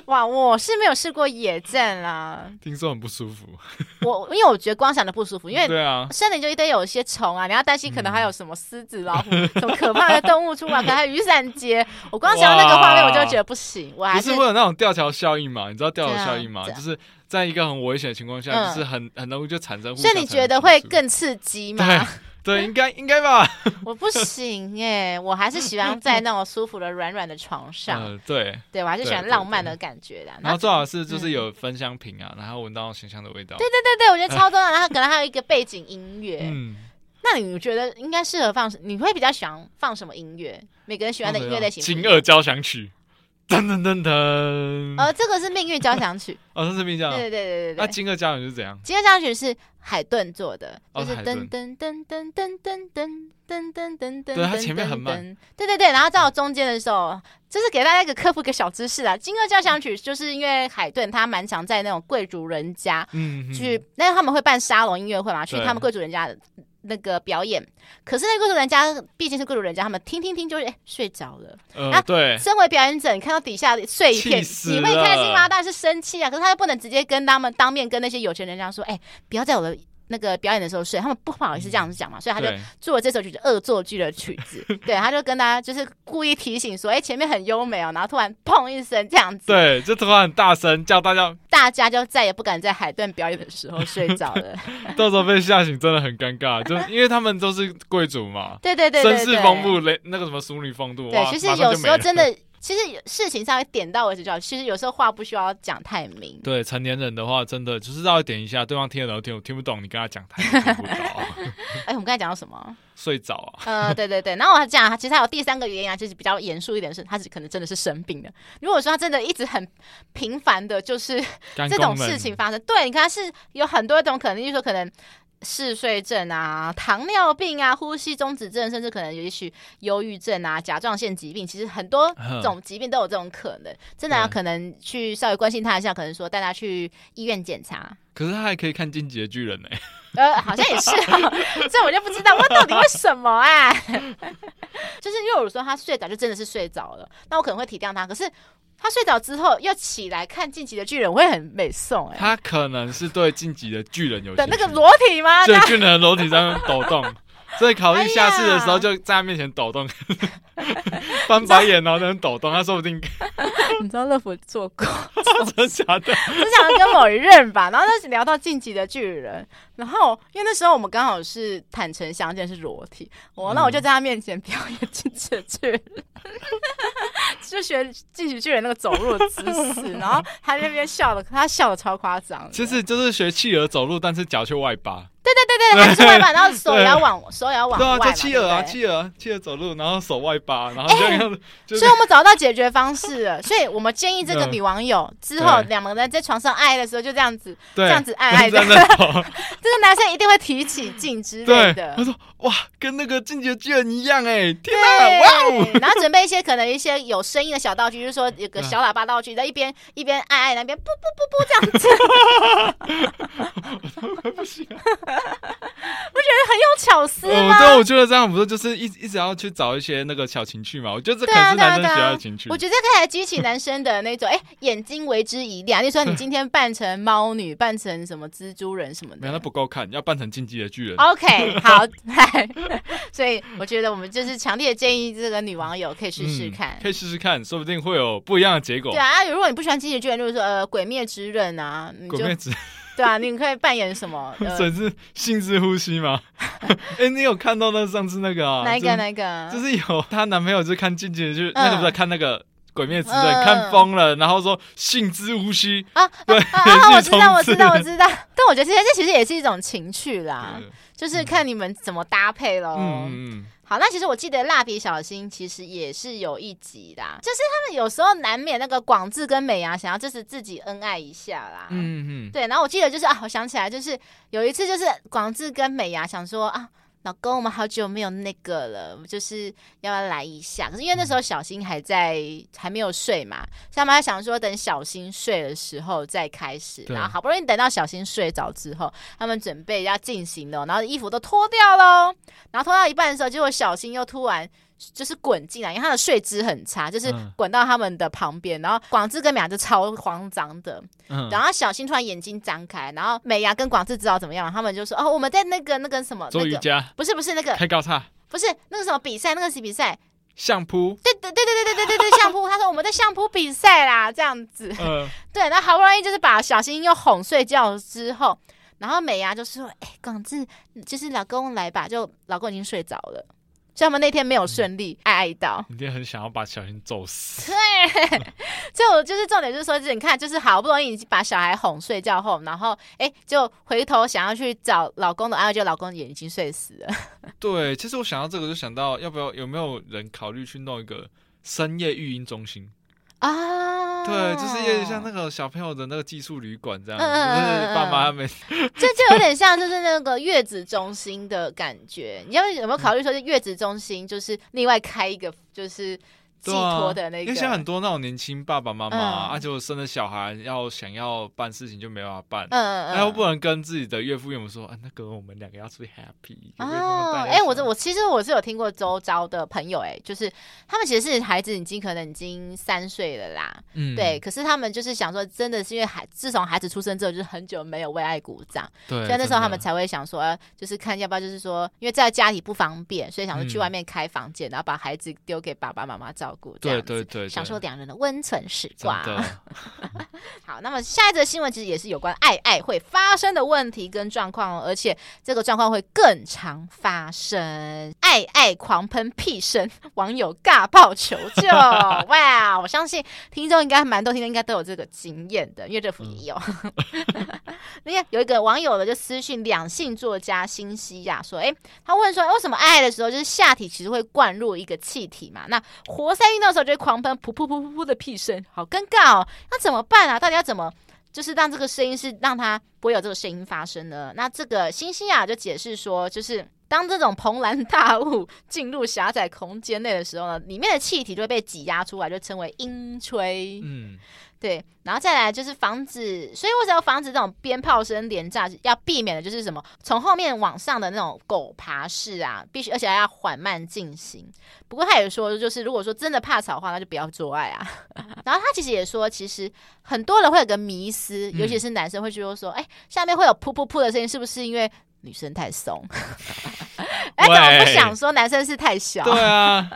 哇，我是没有试过野战啦。听说很不舒服。我因为我觉得光想的不舒服，因为对啊，森林就一堆有一些虫啊，你要担心可能还有什么狮子、老嗯虎、什么可 怕的动物出来，可能还有雨伞节。我光想到那个画面，我就觉得不行，我还不是会有那种吊桥效应嘛？你知道吊桥效应吗？对啊就是在一个很危险的情况下，嗯就是很很容易就产生互所相以你残觉忍得的会情愫更刺激吗？对 对，应该应该吧？ 我不行哎、我还是喜欢在那种舒服的、软软的床上，嗯，对。对我还是喜欢对浪漫的感觉的。然后对最好是就是有分香瓶啊，然后闻到那种香香的味道。嗯对对，我觉得超重要。然后可能还有一个背景音乐，嗯，那你觉得应该适合放？你会比较喜欢放什么音乐？每个人喜欢的哦音乐类型不一惊样。愕啊交响曲，噔噔噔噔。呃，这个是命运交响 曲，哦，那是冰对箱。对对对对那对。惊愕啊交响曲是怎样？今天交响曲是海顿做的，哦就是海噔顿噔噔噔噔噔噔噔噔噔噔，对它前面很慢噔，对对对，然后到中间的时候，就是给大家一个科普一个小知识啦。金歌交响曲就是因为海顿他蛮常在那种贵族人家嗯，去，那他们会办沙龙音乐会嘛，去对他们贵族人家的那个表演。可是那个贵族人家毕竟是贵族人家，他们听听听就是哎睡着了。嗯啊呃，对，身为表演者，你看到底下睡一片气，死你会开心吗？了当然是生气啊！可是他又不能直接跟他们当面跟那些有钱人这样说，哎、不要在我的那个表演的时候睡，他们不好意思这样子讲嘛，所以他就嗯对，做了这首曲子恶作剧的曲 子，对，他就跟大家就是故意提醒说，哎、前面很优美哦，然后突然砰一声这样子，对，就突然很大声叫大家，大家就再也不敢在海顿表演的时候睡着 了， 到时候被吓醒真的很尴尬，就因为他们都是贵族嘛，对 对对对绅对，士风度，雷那个什么淑女风度，对，哇其实马上有就没时候了真的，其实有事情稍微点到为止就好，其实有时候话不需要讲太明。对成年人的话，真的就是要点一下，对方听得懂听不听不懂，你跟他讲他也听不到，哎、我们刚才讲到什么？睡着啊，呃，对对对，然后我讲，其实还有第三个原因啊，就是比较严肃一点是，他是可能真的是生病的。如果说他真的一直很频繁的，就是干 这种功能事情发生，对，你看他是有很多种可能，就是说可能嗜睡症啊、糖尿病啊、呼吸中止症，甚至可能也许忧郁症啊、甲状腺疾病，其实很多嗯种疾病都有这种可能。真的啊，对可能去稍微关心他一下，可能说带他去医院检查。可是他还可以看《进击的巨人》呢，呃，好像也是、 哦，这我就不知道，我到底为什么啊？ 就是因为我说他睡着就真的是睡着了，那我可能会体谅他。可是他睡着之后又起来看《晋级的巨人》，我会很美颂哎、他可能是对《进击的巨人》有的兴那个趣裸体吗？对那巨人的楼体在那边抖 动，所以考虑下次的时哎候呀就在他面前抖动，哎翻白眼然后在那边抖动，他说 不定 你知道乐福做过，真的假的，只想跟某一任吧，然后那时聊到《晋级的巨人》，然后因为那时候我们刚好是坦诚相见是裸体，我、嗯那我就在他面前表演《晋级的巨人》 就学《晋级巨人》那个走路的姿势，然后他那边笑的，他笑的超夸张的。其实就是学企鹅走路，但是脚却外八，对对对，还是会吧，然后手也要往手也要往 对外啊，嘛，就企鹅对不对啊，哎企鹅，企鹅走路，然后手外八，然后就这样就是所以我们找到解决方式 了，所以我们建议这个嗯女网友之后对两个人在床上爱的时候就这样子，对，这样子爱 爱的真的抖，这个男生一定会提起劲之类对的，。他说哇，跟那个进击的巨人一样哎，天对，哪，哇哦，嗯然后准备一些可能一些有声音的小道具，就是说有个小喇叭道具，在一边一边按按那边不不不不这样子， 不行啊，用巧思哦，吗？对，我觉得这样不错，就是一一直要去找一些那个小情趣嘛，我觉得这可对啊能是男生对啊喜对啊欢的情趣我，觉得这可以来激起男生的那种，哎，眼睛为之一亮。你说你今天扮成猫女，扮成什么蜘蛛人什么没有那的。不够看，要扮成进击的巨人。 OK，好， 来，所以我觉得我们就是强烈建议这个女网友可以试试看。嗯可以哦试试看，说不定会有不一样的结果对。啊，啊如果你不喜欢《进击的巨人》，就是说呃《鬼灭之刃》啊，你就鬼灭之 对啊，你可以扮演什么？呃所以是性致呼吸 嘛？哎、你有看到那上次那个啊？哪一就个？哪一个？就是有她男朋友就看静静的，就是、那个嗯不是看那个《鬼灭之刃》嗯嗯嗯看疯了，然后说性之呼吸，啊对，啊啊！我是知道，我虫知子道，我知道。 但我觉得这这其实也是一种情趣啦，对嗯就是看你们怎么搭配喽。嗯嗯好，那其实我记得《蜡笔小新》其实也是有一集啦，就是他们有时候难免那个广志跟美伢想要就是自己恩爱一下啦。嗯嗯嗯，对，然后我记得就是啊，我想起来，就是有一次，就是广志跟美伢想说啊，老公，我们好久没有那个了，就是要不要来一下？可是因为那时嗯候小新还在还没有睡嘛，所以他们还想说等小新睡的时候再开始。对然后好不容易等到小新睡着之后，他们准备要进行哦了，然后衣服都脱掉喽。然后脱到一半的时候，结果小新又突然就是滚进来，因为他的睡姿很差，就是嗯滚到他们的旁边。然后广志跟美雅就超慌张的，嗯啊然后小新突然眼睛张开，然后美伢跟广志知道怎么样，他们就说：“哦，我们在那个那个什么做那瑜个伽，不是不是那个开高叉，不是那个什么比赛，那个是比赛，相扑，对对对对对对对对对相扑。”他说：“我们在相扑比赛啦，这样子。呃，”对，然后好不容易就是把小新又哄睡觉之后，然后美伢就说：“哎，广志，就是老公来吧。”就老公已经睡着了，所以他们那天没有顺利爱爱到。你一定很想要把小新揍死，啊所以我就是重点就是说，就是你看，就是好不容易已经把小孩哄睡觉后，然后哎、就回头想要去找老公的安慰，就老公也已经睡死了。对，其实我想到这个，就想到要不要有没有人考虑去弄一个深夜育婴中心？ 啊，对，就是有点像那个小朋友的那个寄宿旅馆这样，嗯嗯嗯嗯就是爸妈他们 这就有点像就是那个月子中心的感觉。你要有没有考虑说，月子中心就是另外开一个就是寄对啊托的那因个？为现在很多那种年轻爸爸妈妈啊，嗯啊就生了小孩要想要办事情就没办法办，嗯嗯那哎又不能跟自己的岳父岳母说啊，那个我们两个要出去 happy 可不可以帮带哦，一下。哎、我这我其实我是有听过周遭的朋友、哎，就是他们其实是孩子已经可能已经三岁了啦，嗯对，可是他们就是想说，真的是因为孩，自从孩子出生之后，就是很久没有为爱鼓掌，对，所以那时候他们真的才会想说，呃就是看要不要，就是说，因为在家里不方便，所以想说去嗯外面开房间，然后把孩子丢给爸爸妈妈照顾，这样对子对对对享受两人的温存时真光。的，好，那么下一则新闻其实也是有关爱爱会发生的问题跟状况哦，而且这个状况会更常发生。爱爱狂喷屁声，网友尬爆求救。哇，我相信听众应该蛮多听众应该都有这个哦经验的，因为这幅也有。那个有一个网友呢，就私讯两性作家新西亚说，诶，他问说，诶为什么爱爱的时候就是下体其实会灌入一个气体嘛？那活塞运动的时候就会狂喷噗噗噗噗噗的屁声，好尴尬哦。那怎么办啊？到底要怎么就是让这个声音是让它不会有这个声音发生呢？那这个新西亚就解释说，就是当这种庞然大物进入狭窄空间内的时候呢，里面的气体就会被挤压出来，就称为阴吹。 嗯，对，然后再来就是防止，所以为什么要防止这种鞭炮声连炸？要避免的就是什么？从后面往上的那种狗爬式啊，必须而且还要缓慢进行。不过他也说，就是如果说真的怕吵的话，那就不要做爱啊。 然后他其实也说，其实很多人会有个迷思，尤其是男生会觉得说，哎、下面会有噗噗噗的声音，是不是因为女生太松？ 哎，怎么不喂想说男生是太小？ 对啊，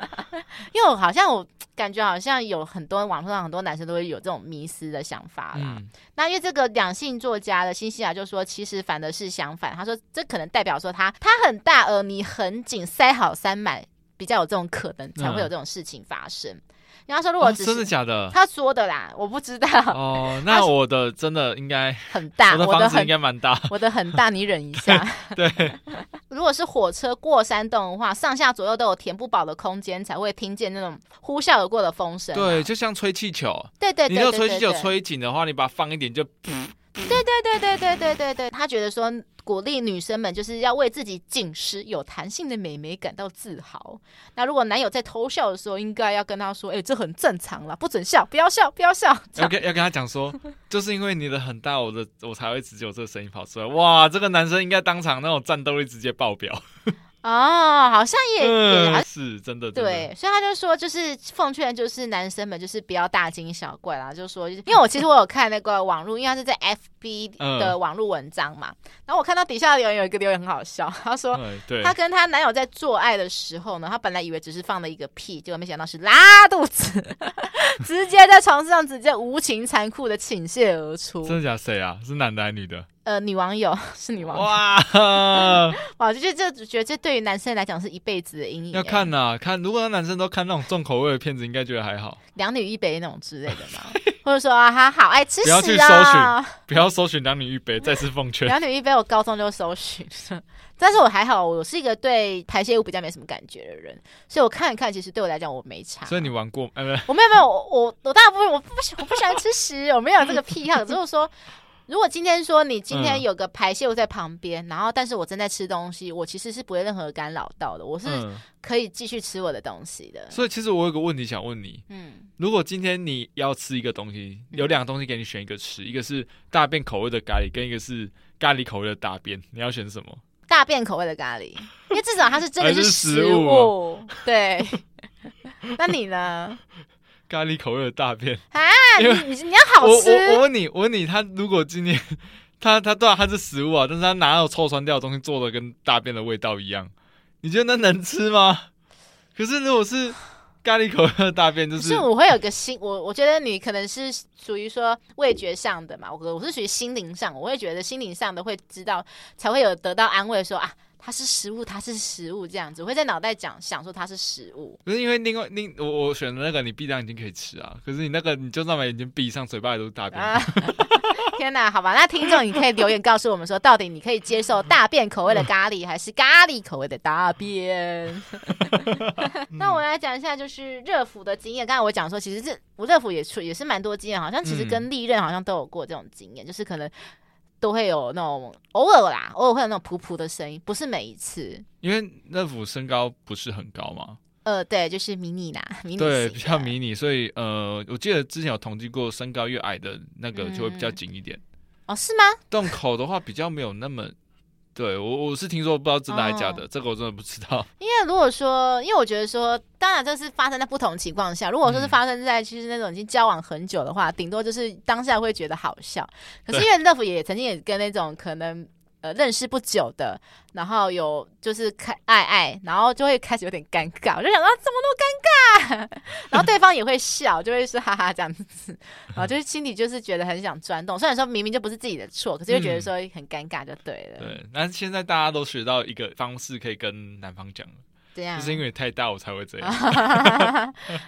因为我好像我感觉好像有很多网络上很多男生都会有这种迷失的想法啦。嗯，那因为这个两性作家的新西亚就说，其实反的是相反，他说这可能代表说他他很大而你很紧，塞好塞满，比较有这种可能才会有这种事情发生。然后他说如果哦只真的是、假的？他说的啦，我不知道， 哦，那我的真的应该，很大，我的我的房子应很该蛮大，我的很大，你忍一下。 对，如果是火车过山洞的话，上下左右都有填不饱的空间，才会听见那种呼啸而过的风声啊、对，就像吹气球，对对对，你如果对吹对气球对吹紧的话，你把它放一点就，对对对对对对对对，他觉得说鼓励女生们就是要为自己紧实有弹性的美眉感到自豪。那如果男友在偷笑的时候，应该要跟他说：“哎、这很正常啦，不准笑，不要笑，不要 笑。”这要样跟要跟他讲说， 就是因为你的很大，我的我才会直接有这个声音跑出来。哇，这个男生应该当场那种战斗力直接爆 表。哦，好像也、也好嗯，像是真的，真的，对，所以他就说，就是奉劝，就是男生们，就是不要大惊小怪啦。就说，因为我其实我有看那个网络，因为他是在 FB 嗯的网络文章嘛，然后我看到底下留言有一个留言很好笑，他说：“嗯，对，她跟她男友在做爱的时候呢，她本来以为只是放了一个屁，结果没想到是拉肚子， 直接在床上直接无情残酷的倾泻而出。 真的假的？谁啊？是男的还是女的？呃女网友是女网友， 哇，哇，就觉得这觉得这对于男生来讲是一辈子的阴影欸。要看呐、看如果那男生都看那种重口味的片子，应该觉得还 好。两女一杯那种之类的 嘛，或者说啊他好爱吃不要去屎啊。 不要搜寻男女一杯，再次奉劝。两女一杯，我高中就搜寻，但是我还好，我是一个对排泄物比较没什么感觉的人，所以我看一看，其实对我来讲我没差。所以你玩过？哎，不是，我没有没有，我我我大部分我不喜我不喜欢吃屎，我没有这个癖好。只是说，如果今天说你今天嗯有个排泄物在旁边，然后但是我正在吃东西，我其实是不会任何干扰到的，我是嗯，可以继续吃我的东西的。所以其实我有个问题想问你：嗯，如果今天你要吃一个东西，有两个东西给你选一个吃，一个是大便口味的咖喱，跟一个是咖喱口味的大便，你要选什么？大便口味的咖喱，因为至少它是真的还是食食物物。 对，那你呢？咖喱口味的大便。啊，因为你你你要好我吃我我问你，我问你，他如果今天他他对啊，他是食物啊，但是他拿有臭酸掉的东西做的跟大便的味道一样，你觉得那能吃吗？可是如果是咖喱口味的大便，就可是是我会有个心，我我觉得你可能是属于说味觉上的嘛，我我是属于心灵上，我会觉得心灵上的会知道，才会有得到安慰说啊，它是食物，它是食物这样子，我会在脑袋讲想说它是食物。可是因为另外另我我选的那个你闭上眼睛可以吃啊，可是你那个你就算把眼睛闭上，嘴巴里都是大便。啊！ 天哪，好吧，那听众你可以留言告诉我们说，到底你可以接受大便口味的咖喱，还是咖喱口味的大便？ 那我来讲一下，就是热敷的经验。刚才我讲说，其实这我热敷也出也是蛮多经验，好像其实跟利刃好像都有过这种经验，就是可能都会有那种偶尔啦，偶尔会有那种噗噗的声音，不是每一次。因为乐府身高不是很高嘛，呃，对，就是迷你啦，迷你对，型比较的迷你，所以呃，我记得之前有统计过，身高越矮的那个就会比较嗯紧一点。哦，是吗？洞口的话比较没有那么，对我我是听说，不知道真的还是假哦的，这个我真的不知道。因为如果说，因为我觉得说，当然这是发生在不同情况下。如果说是嗯发生在其实那种已经交往很久的话，顶多就是当下会觉得好笑。可是因为乐福也曾经也跟那种可能呃认识不久的，然后有就是开爱爱，然后就会开始有点尴尬，我就想到、啊、怎么那么尴尬， 然后对方也会笑，就会说哈哈这样子，然后就是心里就是觉得很想钻洞，虽然说明明就不是自己的错，可是又觉得说很尴尬就对了。嗯 对，那现在大家都学到一个方式可以跟男方讲了，这样就是因为太大我才会这啊样。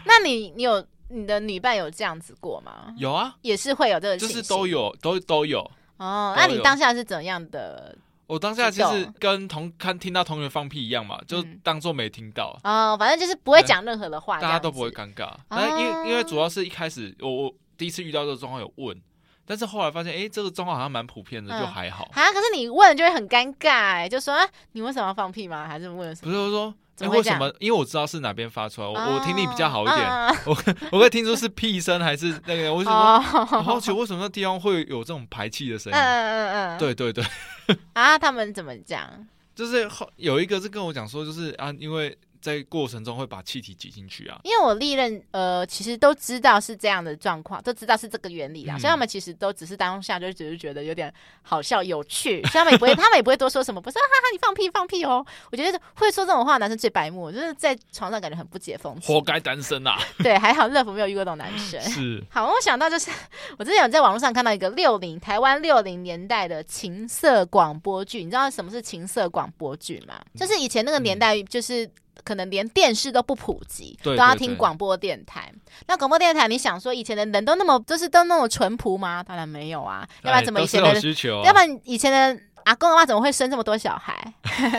那你你有你的女伴有这样子过吗？有 啊，也是会有这个就情形，是都有，都都有。哦。都那有你当下是怎样的？我当下知其道实跟同看听到同学放屁一样嘛，就哦嗯当做没听到，哦，反正就是不会讲任何的话，大这家样都不会子。尴尬。那因啊为因为主要是一开始我我第一次遇到这个状况有问，但是后来发现，诶，这个状况好像蛮普遍的，嗯就还好。啊！可是你问了就会很尴尬、哎，就说、啊、你为什么要放屁吗？还是问了什不么？是我说，怎诶么会为这什样么？因为我知道是哪边发出来，我我听力比较好一点，哦我可以听出是屁声还是那个，我就说，我哦，好奇为什么那地方会有这种排气的声嗯嗯音。嗯嗯，嗯， 对对对，啊，他们怎么讲？就是后有一个是跟我讲说，就是啊，因为在过程中会把气体挤进去啊。因为我历任呃，其实都知道是这样的状况，都知道是这个原理啦，嗯所以他们其实都只是当下就只是觉得有点好笑有趣，所以他们也 不会，他们也不会多说什么，不是哈哈，你放屁放屁哦。我觉得会说这种话的男生最白目，就是在床上感觉很不解风活情。该单 身啊！对，还好乐福没有遇过这种男生。是，好，我想到就是， 我之前有在网络上看到一个六零台湾六零年代的情色广播剧，你知道什么是情色广播剧吗？嗯就是以前那个年代，就是可能连电视都不普及，对都要对听对广播电台。那广播电台，你想说以前的人都那么就是都那么淳朴吗？当然没有啊，要不哎然怎么都以前是有的，需求啊？要不然以前的阿公的话怎么会生这么多小孩？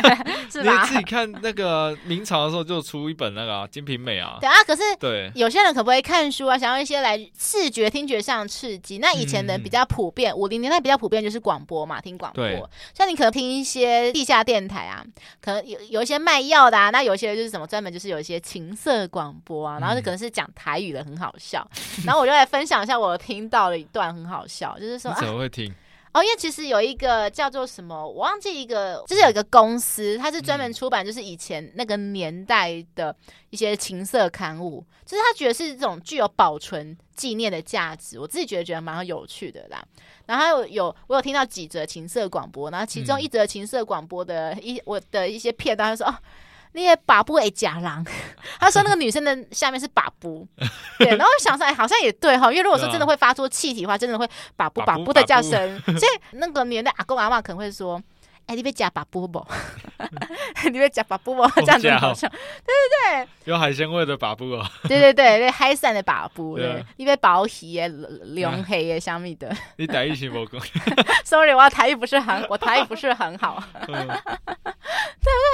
是吧你？自己看那个明朝的时候就出一本那个啊《金瓶梅》啊，对啊，可是对，有些人可不可以看书啊？想要一些来视觉、听觉上的刺激。那以前嗯人比较普遍，五零、年代比较普遍就是广播嘛，听广对播。像你可能听一些地下电台啊，可能有有一些卖药的啊，那有一些就是什么专门就是有一些情色广播嗯啊，然后就可能是讲台语的，很好笑。然后我就来分享一下我听到的一段很好笑，就是说你啊怎，么会听？哦，因为其实有一个叫做什么，我忘记一个，就是有一个公司，它是专门出版就是以前那个年代的一些情色刊物，就是他觉得是这种具有保存纪念的价值，我自己觉得觉得蛮有趣的啦。然后还有有我有听到几则情色广播，然后其中嗯一则情色广播的一我的一些片段，他说哦。你也把布诶假狼，他说那个女生的下面是把布，对，然后我想说，哎，好像也对哈，因为如果说真的会发出气体的话，真的会把布把把布布的把叫布声， 所以那个年代阿公阿嬷可能会说。哎、你被夹把布不？ 你被夹把布 不？这样子好假哦好像，有海鲜味的把布哦，对对对，那海产的把布，对啊哎对，你被薄皮耶、龙黑耶、虾米的。 你逮一起魔功。 Sorry，我台语不是很， 我台语不是很好。 嗯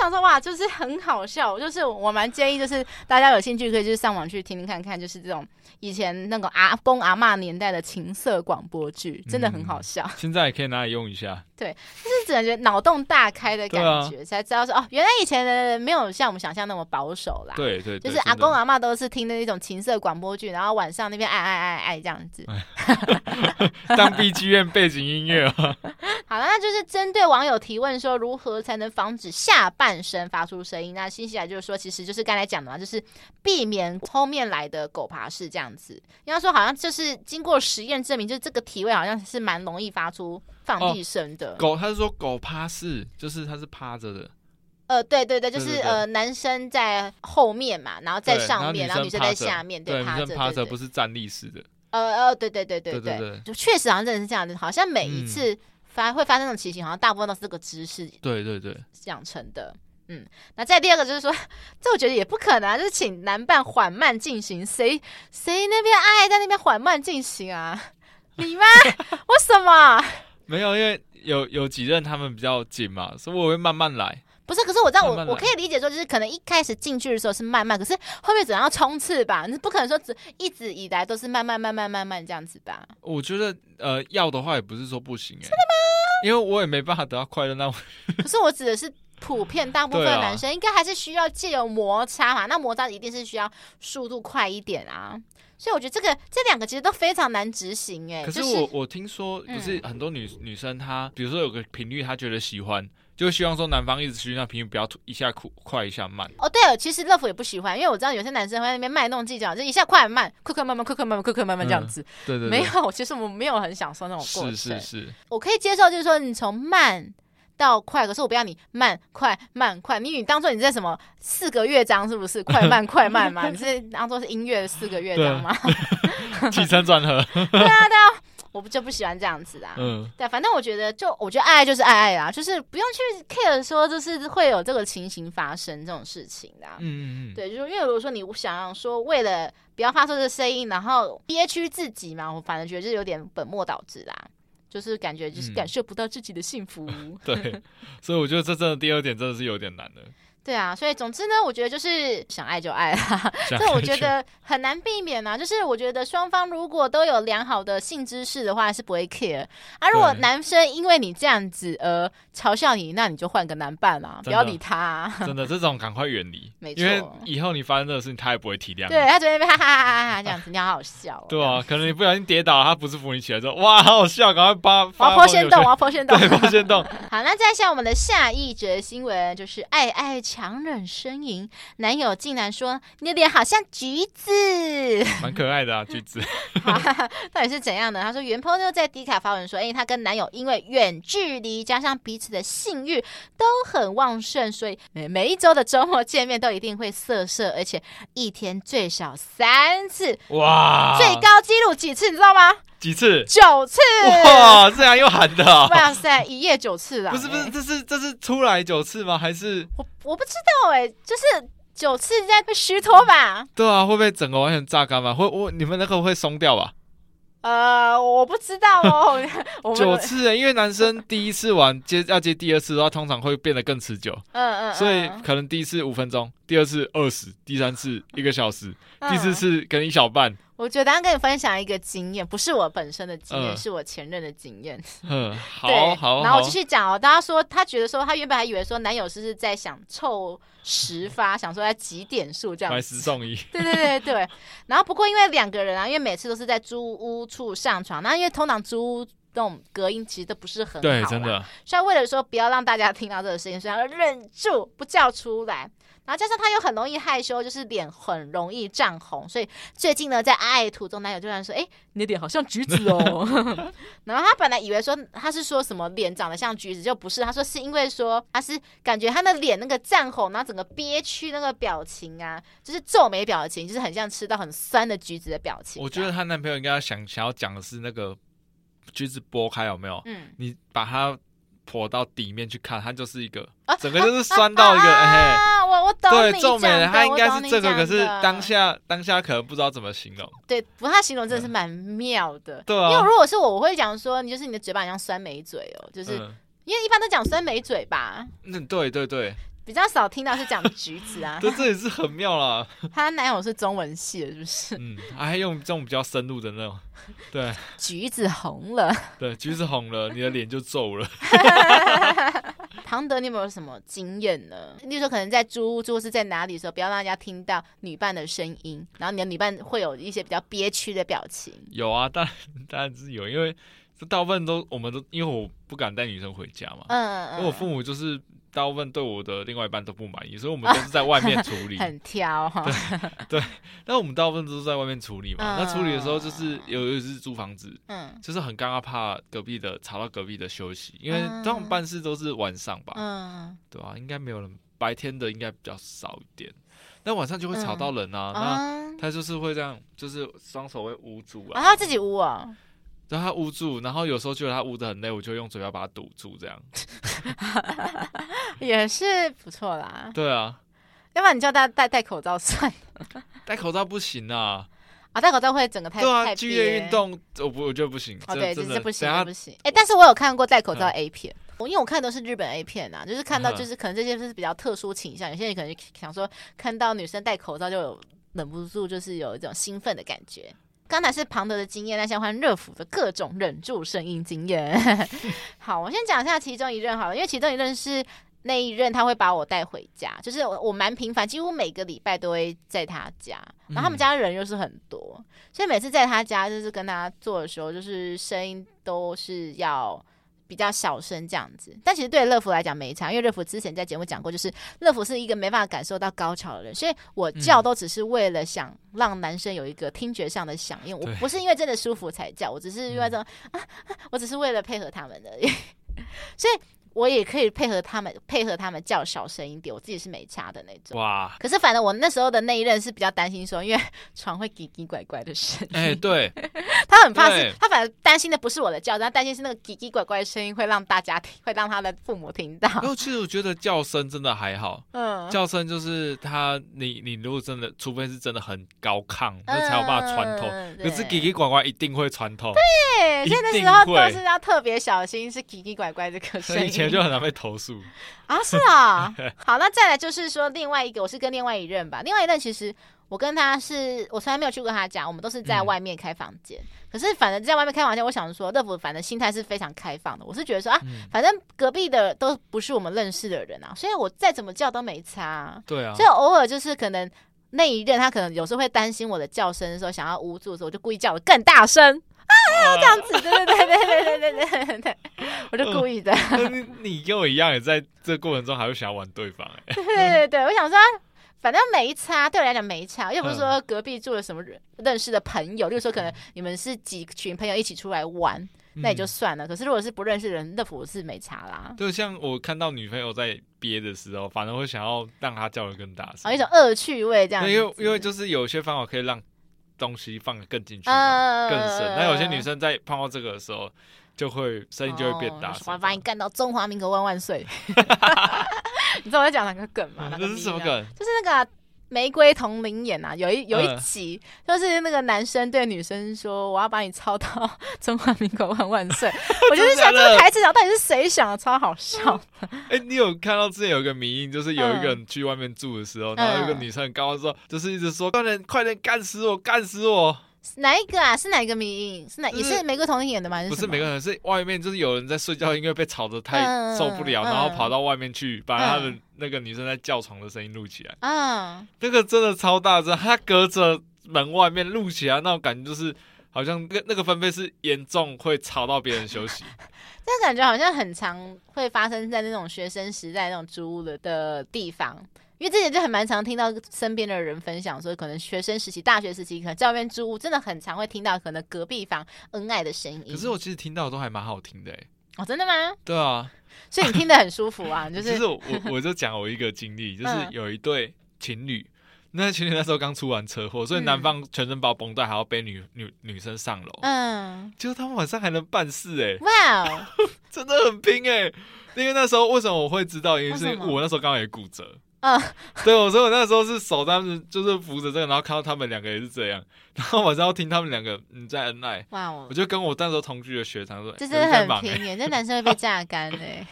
想说哇，就是很好笑，就是我蛮建议，就是大家有兴趣可以就是上网去听听看看，就是这种以前那种阿公阿嬷年代的情色广播剧，真的嗯很好笑，现在也可以拿来用一下。就是整个觉得脑洞大开的感觉，对啊才知道说哦，原来以前的人没有像我们想象那么保守啦。对对， 就对是阿真的公阿嬷都是听的那种情色广播剧，然后晚上那边爱爱爱爱这样子。哎当 B G M 背景音乐哦，好了，那就是针对网友提问说，如何才能防止下半身发出声音？那新西兰就是说，其实就是刚才讲的嘛，就是避免后面来的狗爬式这样子。人家说好像就是经过实验证明，就是这个体位好像是蛮容易发出哦放屁声的。狗，他是说狗趴式，就是它是趴着的，呃，对对对，就对是对对呃，男生在后面嘛，然后在对上面，然然后后女女生生在趴着下面，对，趴女着，生趴着对不对，是站立式的，呃呃，对对对对对对对就确实好像真的是这样子，好像每一嗯次发、会发生这种情形，好像大部分都是这个姿势对对对，养成的。嗯，那再第二个就是说，这我觉得也不可能啊，就是请男伴缓慢进行，谁谁那边爱在那边缓慢进行啊？ 你吗？为什么？没有，因为有有几任他们比较紧嘛，所以我会慢慢来。不是，可是我知道我慢慢来我可以理解说，就是可能一开始进去的时候是慢慢，可是后面总要冲刺吧？你不可能说只一直以来都是慢慢慢慢慢慢这样子吧？我觉得呃，要的话也不是说不行哎、真的吗？因为我也没办法得到快乐，那我可是我指的是普遍大部分对啊男生应该还是需要借由摩擦嘛，那摩擦一定是需要速度快一点啊。所以我觉得这个这两个其实都非常难执行哎、可就是嗯我我听说，不是很多女、女生她，比如说有个频率，她觉得喜欢，就希望说男方一直持续那频率，不要突一下苦快一下慢。哦，对了，其实乐福也不喜欢，因为我知道有些男生会在那边卖弄技巧，就一下快慢，快快慢慢，快快慢慢，快快慢慢这样子。嗯对对对，没有，其实我没有很享受那种过程。是是是，我可以接受，就是说你从慢到快，可是我不要你慢快慢快，你你当做你在什么四个乐章是不是？快慢快慢 嘛，你是当做是音乐的四个乐章吗？起承转合， 我不就不喜欢这样子啊。嗯，对，反正我觉得就，我觉得爱爱就是爱爱啦，就是不用去 care 说，就是会有这个情形发生这种事情的、啊。嗯嗯嗯，对，就是因为如果说你想说为了不要发出这个声音，然后憋屈自己嘛，我反而觉得就是有点本末倒置啦，就是感觉就是嗯感受不到自己的幸福。对，所以我觉得这真的第二点真的是有点难的。对啊，所以总之呢，我觉得就是想爱就爱啦，想这我开觉始得很难避免啊。就是我觉得双方如果都有良好的性知识的话，是不会 care 啊。如果对男生因为你这样子而嘲笑你，那你就换个男伴啊，不真要的理他、啊。 真的这种赶快远离，没因为错以后你发生这个事情，他也不会体谅你。对他昨天被哈哈哈哈哈这样子，你好好笑、哦。对啊，可能你不小心跌倒，他不是扶你起来之后，哇，好好笑，赶快把我要发破线洞，我要破线洞。对，抛先动，好，那再下我们的下一则新闻，就是爱爱强忍呻吟，男友竟然说你的脸好像橘子，蛮可爱的啊，橘子。 到底是怎样呢？他说袁鹏就在迪卡发文说，哎、她跟男友因为远距离加上彼此的性欲都很旺盛，所以每每一周的周末见面都一定会色色，而且一天最少三次，哇，最高纪录几次你知道吗？几次？九次，哇，这样又喊的啊、哇塞，一夜九次啦！不是不哎是，这是这是出来九次吗？还是我我不知道哎、就是九次在被虚脱吧？对啊？会不会整个完全榨干嘛？会我你们那个会松掉吧？呃，我不知道 哦，我们九次、欸，因为男生第一次玩接要接第二次的话，通常会变得更持久，嗯嗯，所以可能第一次五分钟，第二次二十，第三次一个小时，嗯第四，嗯次可能一小半。我觉得要跟你分享一个经验，不是我本身的经验，嗯是我前任的经验。嗯，好对，好然后好我继，续讲哦，大家说他觉得说他原本还以为说男友是不是在想凑十发，想说要几点数这样买子十送一，对对对对。然后不过因为两个人啊，因为每次都是在租屋处上床，那因为通常租屋那种隔音其实都不是很好，对，真。的所以为了说不要让大家听到这个声音，所以他就忍住不叫出来。然后加上他又很容易害羞，就是脸很容易涨红，所以最近呢，在爱途中男友就然说：“哎、你的脸好像橘子 哦。”然后他本来以为说他是说什么脸长得像橘子，就不是，他说是因为说他是感觉他的脸那个涨红，然后整个憋屈那个表情啊，就是皱眉表情，就是很像吃到很酸的橘子的表情。啊我觉得，她男朋友应该要想想要讲的是那个橘子剥开有没有？嗯，你把它泼到底面去看，它就是一个啊整个就是酸到一个哎。嘿啊，我我懂对，你皱眉讲了，的他应我该懂是你这个，讲可是的当下当下可能不知道怎么形容。对，不过他形容真的是蛮妙的。嗯对因为啊，如果是我，我会讲说，你就是你的嘴巴很像酸梅嘴哦，就是、嗯，因为一般都讲酸梅嘴吧，那对 对对，。比较少听到是讲橘子啊这这也是很妙啦。她男友是中文系的，是不是？ 嗯，还用这种比较深入的那种，对橘子红了。对，橘子红了，你的脸就皱了。 唐德，你有没有什么经验呢？例如说，可能在租屋或是在哪里的时候，不要让大家听到女伴的声音，然后你的女伴会有一些比较憋屈的表情。有啊，当然当然是有，因为这大部分都我们都因为我不敢带女生回家嘛，嗯嗯因为我父母就是大部分对我的另外一半都不满意，所以我们都是在外面处理 嗯。很挑哈。那我们大部分都是在外面处理嘛，嗯那处理的时候就是有有一次租房子，嗯就是很尴尬，怕隔壁的吵到隔壁的休息，因为嗯这种办事都是晚上吧，嗯，对吧、应该没有人，白天的应该比较少一点，那晚上就会吵嗯到人啊。那啊，他就是会这样，就是双手会捂住然啊，后自己捂哦。然后他捂住，然后有时候觉得他捂得很累，我就用嘴巴把它堵住，这样。也是不错啦，对啊，要不然你叫大家戴戴口罩算了戴口罩不行啊，啊，戴口罩会整个太 对啊，太剧烈憋运动我不我觉得不行，哦，这对，这真的这不行，等这下嗯不行。哎、但是我有看过戴口罩的 A 片，我、因为我看的都是日本 A 片啊，就是看到嗯哼就是可能这些是比较特殊倾向，有些人可能想说看到女生戴口罩就有忍不住就是有一种兴奋的感觉。刚才是庞德的经验，那先换热甫的各种忍住声音经验。好，我先讲一下其中一任好了，因为其中一任是那一任他会把我带回家，就是我我蛮频繁，几乎每个礼拜都会在他家，然后他们嗯家人又是很多，所以每次在他家就是跟他做的时候，就是声音都是要。比较小声这样子，但其实对乐福来讲没差，因为乐福之前在节目讲过，就是乐福是一个没办法感受到高潮的人，所以我叫嗯都只是为了想让男生有一个听觉上的响应，我对嗯不是因为真的舒服才叫，我只是因为这种、啊，啊我只是为了配合他们而已。 所以我也可以配合他们，配合他们叫小声一点，我自己是没差的那种。哇，可是反正我那时候的那一任是比较担心说，因为床会叽叽怪怪的声音，哎、对，他很怕是对，他反而担心的不是我的叫声，他担心是那个叽叽怪怪的声音会让大家听，会让他的父母听到。 然后其实我觉得叫声真的还好，嗯，叫声就是他，你你如果真的，除非是真的很高亢，那嗯才有办法穿透。嗯可是对叽叽呱呱一定会穿透，对，一所以那时定候会都是要特别小心，是叽叽怪怪这个声所音。以以前就很难被投诉。啊，是啊、好，那再来就是说另外一个，我是跟另外一任吧，另外一任其实我跟他是我从来没有去过他家，我们都是在嗯外面开房间。可是反正在外面开房间，我想说乐福反正心态是非常开放的，我是觉得说啊，嗯，反正隔壁的都不是我们认识的人啊，所以我再怎么叫都没差啊、对啊所，以偶尔就是可能。那一任他可能有时候会担心我的叫声的时候，想要捂住的时候，我就故意叫的更大声啊，这样子，对对对对对对对对对，我就故意的。那你你跟我一样，也在这过程中还会想要玩对方、哎，对对对，我想说，反正没差，对我来讲没差，又不是说嗯隔壁住了什么人认识的朋友，例如说可能你们是几群朋友一起出来玩， 那也就嗯算了。可是如果是不认识的人，那我是没差啦。对，像我看到女朋友在憋的时候，反而会想要让她叫得更大声。啊，一种恶趣味这样子。对，因为因为就是有些方法可以让东西放得更进去嘛，嗯更深。那有些女生在碰到这个的时候，就会声音就会变大哦声什。么把你干到中华民国万万 岁。 你知道我在讲哪个梗吗？哪个嗯这是什么迷啊？梗？就是那个啊、玫瑰同龄眼啊，有一有一嗯集、就是那个男生对女生说：“我要把你操到 中华民国万万 岁。”我就是想这真的假个的台词，然后到底是谁想的，超好笑。哎、你有看到之前有一个迷因，就是有一个人去外面住的时候，嗯然后有一个女生很高说，就是一直说快点快点干死我干死我，哪一个啊？ 是哪一个迷影？是哪？也就是是玫瑰同龄眼的吗？还不是是每个个人是外面就是有人在睡觉，因为被吵得太嗯受不了，嗯然后跑到外面去把他的嗯那个女生在叫床的声音录起来，嗯，那个真的超大声，他隔着门外面录起来，那种感觉就是。好像那个那个分贝是严重会吵到别人休 息，这感觉好像很常会发生在那种学生时代那种租屋的的地方。因为之前就很蛮常听到身边的人分享说，可能学生时期、大学时期，可能在外面住屋，真的很常会听到可能隔壁房恩爱的声音。可是我其实听到都还蛮好听的、欸，哦，真的吗？对啊，所以你听得很舒服 啊，就其是实我我我就讲我一个经历，就是嗯有一对情侣，那情侣那时候刚出完车祸，所以嗯男方全身包绷带，还要背女女女生上楼，嗯，结果他们晚上还能办事哎、哇 哦，真的很拼哎、因为那时候为什么我会知道？因为是为什么我那时候刚好也骨折，嗯， 对，我说我那时候是手他们就是扶着这个，然后看到他们两个也是这样，然后晚上要听他们两个嗯在恩爱，哇哦我，就跟我那时候同居的学长说，这有真人的在很忙欸平耶，这男生会被榨干 哎。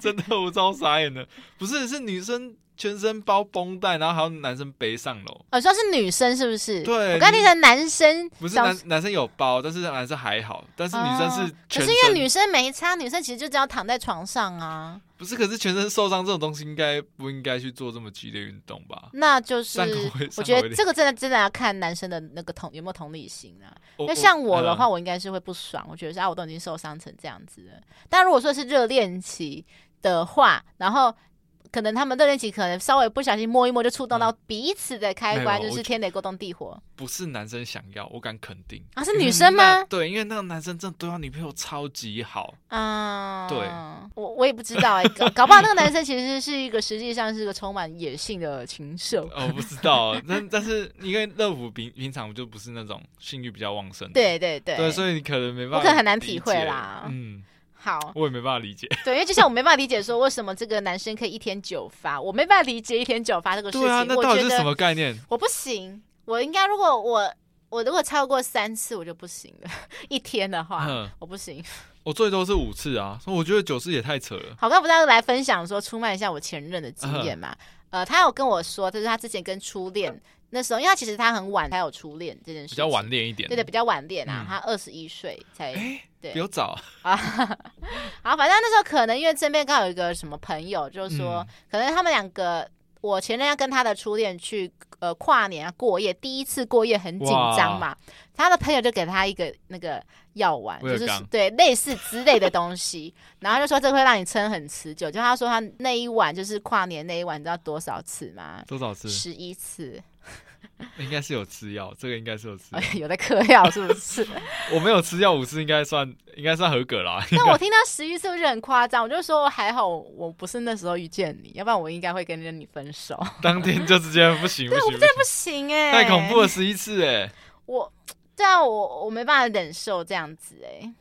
真的，我超傻眼的。不是，是女生全身包绷带，然后还有男生背上楼。哦，说是女生是不是？对我刚听成男生，不是小男男生有包，但是男生还好，但是女生是哦可全是身。因为女生没差，女生其实就只要躺在床上啊，不是，可是全身受伤这种东西，应该不应该去做这么激烈运动吧？那就是上口味我觉上口得味这个真的真的要看男生的那个同有没有同理心啊。我那像我的，话，嗯我应该是会不爽，我觉得是啊，我都已经受伤成这样子了。但如果说是热恋期的话，然后。可能他们热恋期可能稍微不小心摸一摸就触动到彼此的开关，嗯没有就我是天雷勾动地火不是男生想要，我敢肯定。啊！是女生吗那？对，因为那个男生真的对啊他女朋友超级好，啊，嗯对，我我也不知道哎、搞搞不好那个男生其实是一个实际上是一个充满野性的禽兽。哦，我不知 道，但但是因为乐福平平常就不是那种性欲比较旺盛的，对对对，对，所以你可能没办法，我可能很难体会啦嗯，好，我也没办法理解。对，因为就像我没办法理解说为什么这个男生可以一天九发，我没办法理解一天九发这个事情。对啊，那我到底觉是什得么概念？我不行，我应该如果我我如果超过三次我就不行了， 一天的话。嗯，我不行，我最多是五次啊，所以我觉得九次也太扯了。好，刚不是要来分享说出卖一下我前任的经验嘛？嗯呃，他有跟我说，就是他之前跟初恋那时候，因为他其实他很晚才有初恋这件事情，比较顽劣一点，对对，比较晚恋啊，嗯他二十一岁才、对比较早， 啊。好，反正那时候可能因为身边刚好有一个什么朋友，就是说、嗯可能他们两个，我前任要跟他的初恋去呃跨年啊过夜，第一次过夜很紧张嘛，他的朋友就给他一个那个药丸，威就尔是刚对类似之类的东西，然后就说这会让你撑很持久，就他说他那一晚就是跨年那一晚，你知道多少次吗？多少次？十一次，应该是有吃药，这个应该是有吃药。 有在嗑药是不是？我没有吃药五次，应该算应该算合格啦。 但我听到十一次我就很夸张，我就说还好我不是那时候遇见你，要不然我应该会跟着你分 手。当天就直接不行不行不不行，行哎、太恐怖了，！十一次哎。我对啊，我我没办法忍受这样子哎、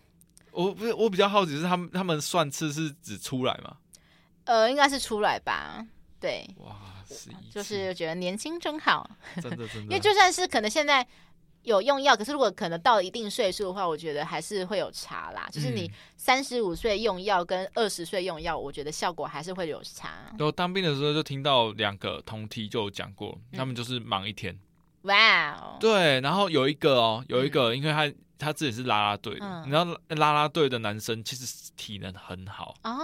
我不是我比较好奇是他们他们算次是指出来吗？呃，应该是出来吧。对，哇，十一次就是觉得年轻真好，真的 真因的为，就算是可能现在有用药，可是如果可能到了一定岁数的话，我觉得还是会有差啦。就是你嗯三十五岁用药跟二十岁用药，我觉得效果还是会有差。我当兵的时候就听到两个同梯就有讲过，嗯他们就是忙一天。哇哦，对，然后有一个哦，有一个，因为他他自己是啦啦队的，嗯你知道啦啦队的男生其实体能很好，哦，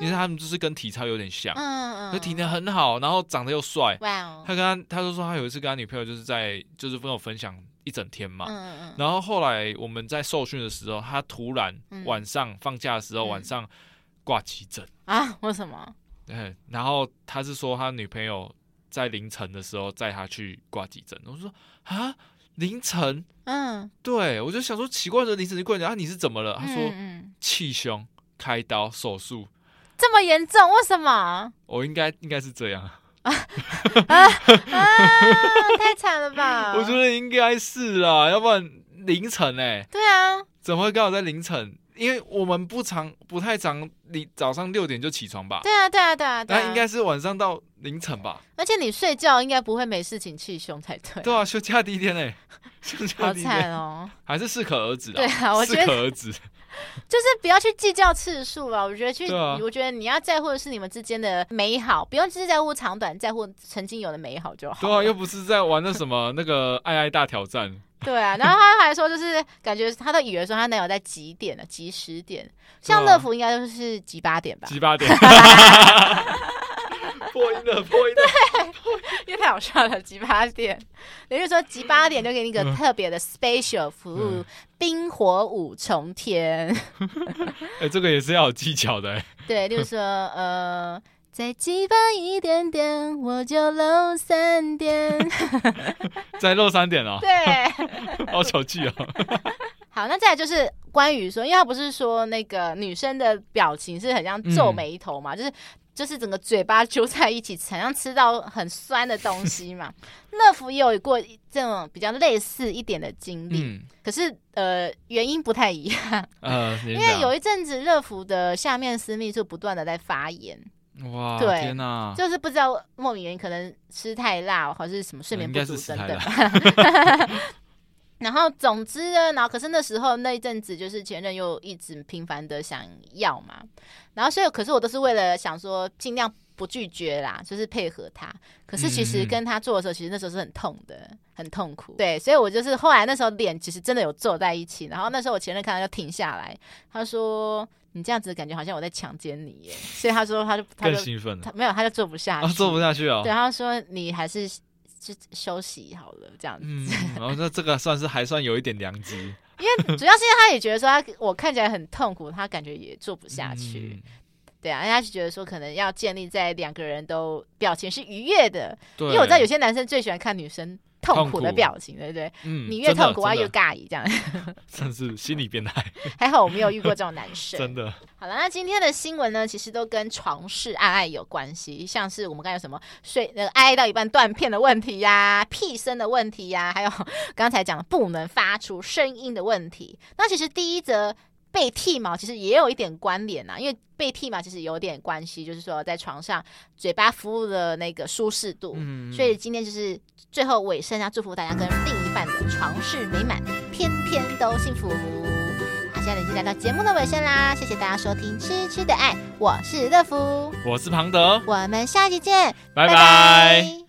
因为他们就是跟体操有点像，嗯就体能很好，然后长得又帅。哇哦，他跟他他就说他有一次跟他女朋友就是在就是跟我分享一整天嘛，嗯嗯嗯，然后后来我们在受训的时候，他突然嗯晚上放假的时候嗯晚上挂急诊，啊，为什么？对，然后他是说他女朋友在凌晨的时候载他去挂急诊，我就说啊凌晨。嗯，对，我就想说奇怪的，凌晨就过来讲啊，你是怎么了？他说嗯嗯气胸、开刀、手术，这么严重，为什 么？啊，我应该应该是这样，太惨了吧！ 我觉得应该是啦，要不然凌晨哎、对啊，怎么会刚好在凌晨？因为我们不常不太常，你早上六点就起床吧，对啊，对啊，对啊，对那啊。应该，是晚上到凌晨吧？而且你睡觉应该不会没事情气胸才对， 对啊，休假第一天哎、休假好第一天惨 哦！还是适可而止啦，对啊我觉得适可而止，就是不要去计较次数了，我觉得去，对啊我觉得你要在乎的是你们之间的美好，不用只是在乎长短，在乎曾经有的美好就好对了。啊，又不是在玩那什么那个爱爱大挑战，对 啊，然后他还说，就是感觉他都以为说他男友在几点呢？几十点？像对啊乐福应该就是几八点吧，七 八点，破音了，破音了。因为太好笑了，几八点，也就是说几八点就给你一个特别的 special 服务嗯，冰火五重天。 哎、这个也是要有技巧的、欸。对，例如说呃，再激发一点点，我就漏三点。 再漏三点哦，对，好小气 哦。好，那再来就是关于说，因为他不是说那个女生的表情是很像皱眉头嘛，就是就是整个嘴巴揪在一起，很像吃到很酸的东西嘛。 乐福也有过这种比较类似一点的经历， 嗯，可是呃原因不太一样，呃，因因为有一阵子乐福的下面私密处不断的在发炎，哇，对天哪，就是不知道莫名原因，可能吃太辣，或者是什么睡眠不足等嗯应等 该。然后总之呢，然后可是那时候那一阵子，就是前任又一直频繁的想要嘛，然后所以可是我都是为了想说尽量不拒绝啦，就是配合他。可是其实嗯跟他做的时候，其实那时候是很痛的，很痛苦。对，所以我就是后来那时候脸其实真的有皱在一起，然后那时候我前任看到就停下来，他说。你这样子感觉好像我在强奸你耶，所以他说他就他更就兴奋了他没有，他就做不下去，啊，做不下嗯去哦对，。他说你还是就休息好了，这样子。嗯，然后那这个算是还算有一点良机主要是因为他也觉得说他我看起来很痛苦，他感觉也做不 下去。，嗯对啊，因为他是觉得说可能要建立在两个人都表情是愉悦的，嗯对，因为我知道有些男生最喜欢看女生痛苦的痛苦表情，对不对？嗯你越痛苦，我啊真要越的尬意这样。 真的真是心理变态，还好我没有遇过这种男生。 真的，好了，那今天的新闻呢，其实都跟床事爱爱有关系，像是我们刚才有什么睡呃爱爱到一半断片的问题呀、 屁声的问题呀、还 有刚才讲的不能发出声音的问题。那其实第一则。被剃毛其实也有一点关联啊呐、因为被剃毛其实有点关系，就是说在床上嘴巴服务的那个舒适度。嗯，所以今天就是最后尾声，要祝福大家跟另一半的床事美满，天天都幸福。好，现在已经来到节目的尾声啦，谢谢大家收听《痴痴的爱》，我是乐福，我是庞德，我们下期见，拜拜。拜